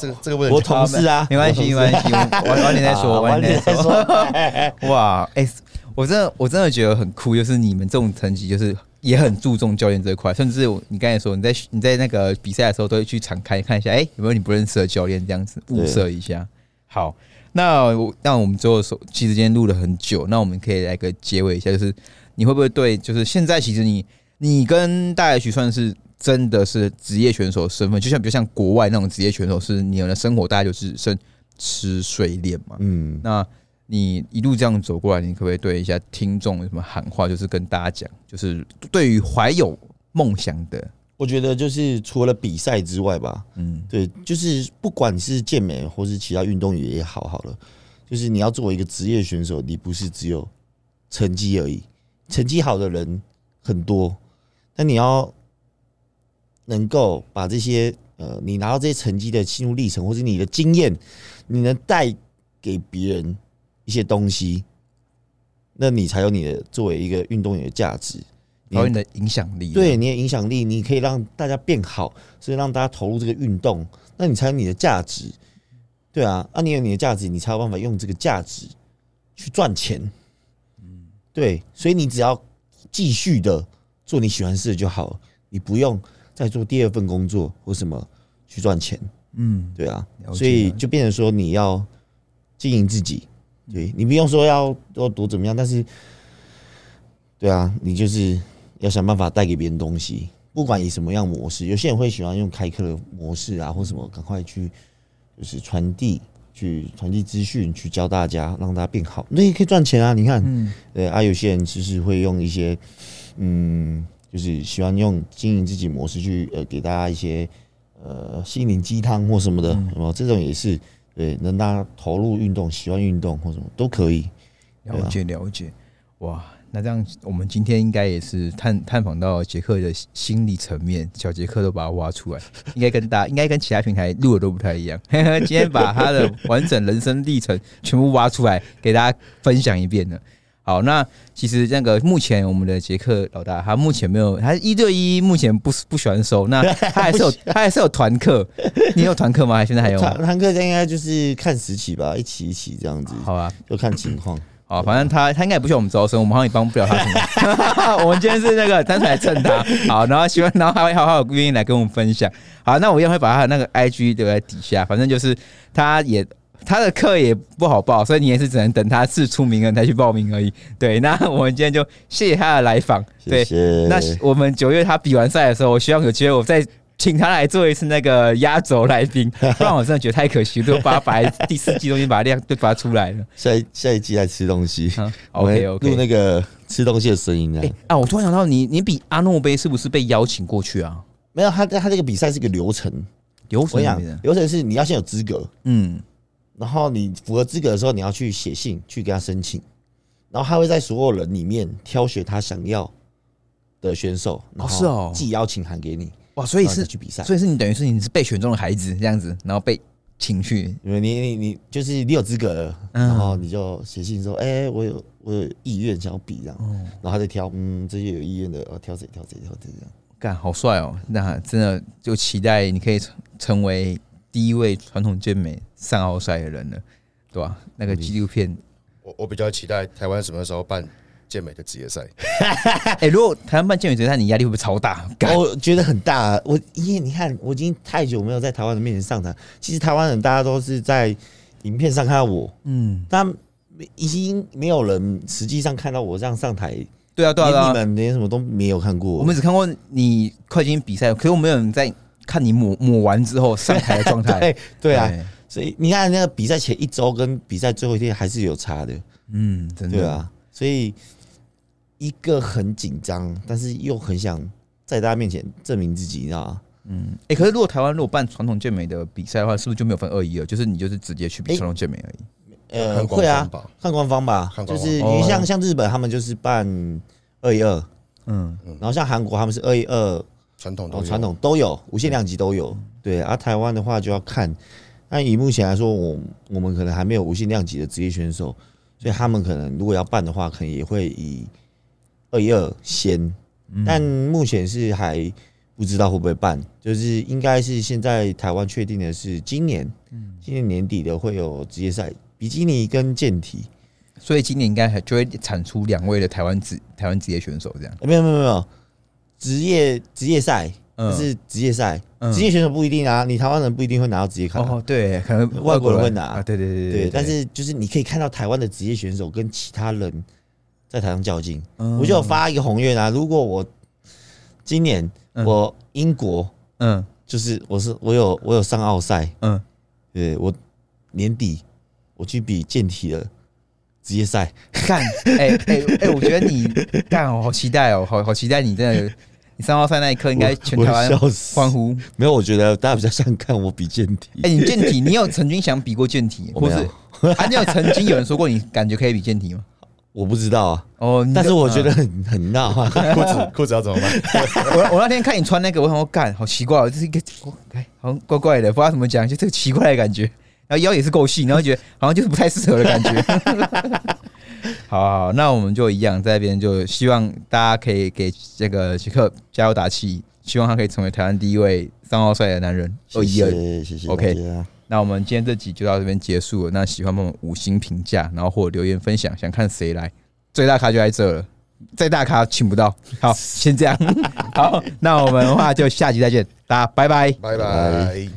这个这个问我题，同事啊，没关系，没关系，我晚晚点再说，啊晚点再晚点再说。哇，哎、我真的我真的觉得很酷，就是你们这种层级，就是也很注重教练这一块，甚至我你刚才说你在你在那个比赛的时候，都会去敞开看一下，哎、有没有你不认识的教练这样子物色一下。好，那我那我们最后说，其实今天录了很久，那我们可以来个结尾一下，就是你会不会对，就是现在其实你你跟大 H 算是真的是职业选手身份，就像比如像国外那种职业选手，是你的生活大概就只剩吃睡练嘛。嗯，那你一路这样走过来，你可不可以对一下听众有什么喊话，就是跟大家讲，就是对于怀有梦想的，我觉得就是除了比赛之外吧，嗯，对，就是不管是健美或是其他运动员也好，好了，就是你要作为一个职业选手，你不是只有成绩而已，成绩好的人很多，但你要能够把这些呃，你拿到这些成绩的心路历程，或是你的经验，你能带给别人一些东西，那你才有你的作为一个运动员的价值。还有你的影响力，啊对，你的影响力，你可以让大家变好，所以让大家投入这个运动，那你才有你的价值。对啊，啊，你有你的价值，你才有办法用这个价值去赚钱。嗯，对，所以你只要继续的做你喜欢的事就好了，你不用再做第二份工作或什么去赚钱，嗯，对啊了，解所以就变成说你要经营自己，嗯对啊你不用说要要多怎么样，但是，对啊，你就是要想办法带给别人东西，不管以什么样模式，有些人会喜欢用开课的模式啊，或什么，赶快去就是传递。去传递资讯，去教大家，让大家变好，那也可以赚钱啊！你看，嗯对啊，有些人就是会用一些，嗯，就是喜欢用经营自己模式去呃给大家一些呃心灵鸡汤或什么的，嗯有没有？这种也是对，让大家投入运动，喜欢运动或什么都可以。了解了解，哇，那这样我们今天应该也是探探访到杰克的心理层面，小杰克都把它挖出来，应该跟大家 应该跟其他平台录的都不太一样。 今天把他的完整人生历程全部挖出来，给大家分享一遍呢。好，那其实那个目前我们的杰克老大，他目前没有，他一对一目前不不喜欢收，那他还是 有他还是有团课，你有团课吗？还现在还有吗堂？堂课应该就是看时期吧，一期一期这样子，好啊，就看情况。好，反正他他应该也不需要我们招生，我们好像也帮不了他 什么。我们 今天是那个单纯来蹭他，好，然后希望然后还会好好愿意来跟我们分享。好，那我一样会把他的那个 IG 留在底下，反正就是他也。他的课也不好报，所以你也是只能等他试出名额才去报名而已。对，那我们今天就谢谢他的来访。 对谢，谢。那我们九月他比完赛的时候，我希望有机会我再请他来做一次那个压轴来 宾，不然我真的觉得太可惜，都把他摆在第四季中间把他亮对拔出来了。下一下一季来吃东 西嗯我们 OK，OK 录那个吃东西的声音啊哎、。啊！我突然想到你，你比阿诺杯是不是被邀请过去啊？没有，他他这个比赛是一个流程，有我什跟你么讲，流程是你要先有资格，嗯，然后你符合资格的时候，你要去写信去跟他申请，然后他会在所有人里面挑选他想要的选手，然是哦后寄邀请函给你，哇，所以然后是再，去比赛。所以是你等于是你是被选中的孩子这样子，然后被请去，因为你你你就是你有资格了，嗯然后你就写信说，哎、我有我有意愿想要比这样，哦然后他再挑，嗯，这些有意愿的，哦，挑谁挑谁挑谁这样。干好帅哦！那真的就期待你可以成成为第一位传统健美上奥赛的人了，对吧、那个嗯纪录片，我我比较期待台湾什么时候办健美的职业赛，哎、如果台湾办健美决赛，你压力会不会超大？干我哦觉得很大，我因为你看，我已经太久没有在台湾的面前上台，其实台湾人大家都是在影片上看到我，嗯，但已经没有人实际上看到我这样上台，对啊，对啊，对连你啊，们连什么都没有看过。我们只看过你快进比赛，可是我没有人在看你抹抹完之后上台的状态。 对对啊，，所以你看那个比赛前一周跟比赛最后一天还是有差的，嗯，真的对啊，所以一个很紧张，但是又很想在大家面前证明自己，你知道吗？哎、可是如果台湾如果办传统健美的比赛的话，是不是就没有分二一了？就是你就是直接去比诶传统健美而已。呃，看官会啊方吧，看官方吧，看就官方是哦你像像日本他们就是办二一二，嗯，然后像韩国他们是二一二传统哦然都有后哦传统都有，无限量级都有。对，而、台湾的话就要看，那以目前来说，我我们可能还没有无限量级的职业选手，所以他们可能如果要办的话，可能也会以二一二先，但目前是还不知道会不会办，就是应该是现在台湾确定的是今年，今年年底的会有职业赛，比基尼跟健体。所以今年应该还就会产出两位的台湾职台湾职业选手这样。欸没有没有没有，职业职业赛，嗯这是职业赛，嗯职业选手不一定啊，你台湾人不一定会拿到职业卡啊、哦，对，可能外国人会拿啊，对对对对，但是就是你可以看到台湾的职业选手跟其他人在台上较劲。嗯我就有发一个宏愿啊，如果我今年嗯我英国嗯就是我是我有我有上奥赛，嗯，对我年底我去比健体的职业赛， 干，哎哎哎，我觉得你干，我好期待哦，好好期待你真的，你上奥赛那一刻应该我全台我湾笑死欢呼。没有，我觉得大家比较想看我比健体。哎、你健体，你有曾经想比过健体，我或没是有啊，你有曾经有人说过你感觉可以比健体吗？我不知道啊，哦，你但是就我嗯觉得很很闹啊。裤子裤子要怎么办？ 我我那天看你穿那个，我想我干，好奇怪哦，这是一个我哎，好像怪怪的，不知道怎么讲，就这个奇怪的感觉。然后腰也是够细，然后觉得好像就是不太适合的感觉。 好好好，那我们就一样在这边，就希望大家可以给这个杰克加油打气，希望他可以成为台湾第一位三号帅的男人。 哦谢二一二谢谢谢大 OK 家，那我们今天这集就到这边结束了。那喜欢帮我们五星评价，然后或者留言分享，想看谁来最大咖就在这了。再大咖请不到。 好，先这样。好，那我们的话就下集再见，大家拜拜。拜拜。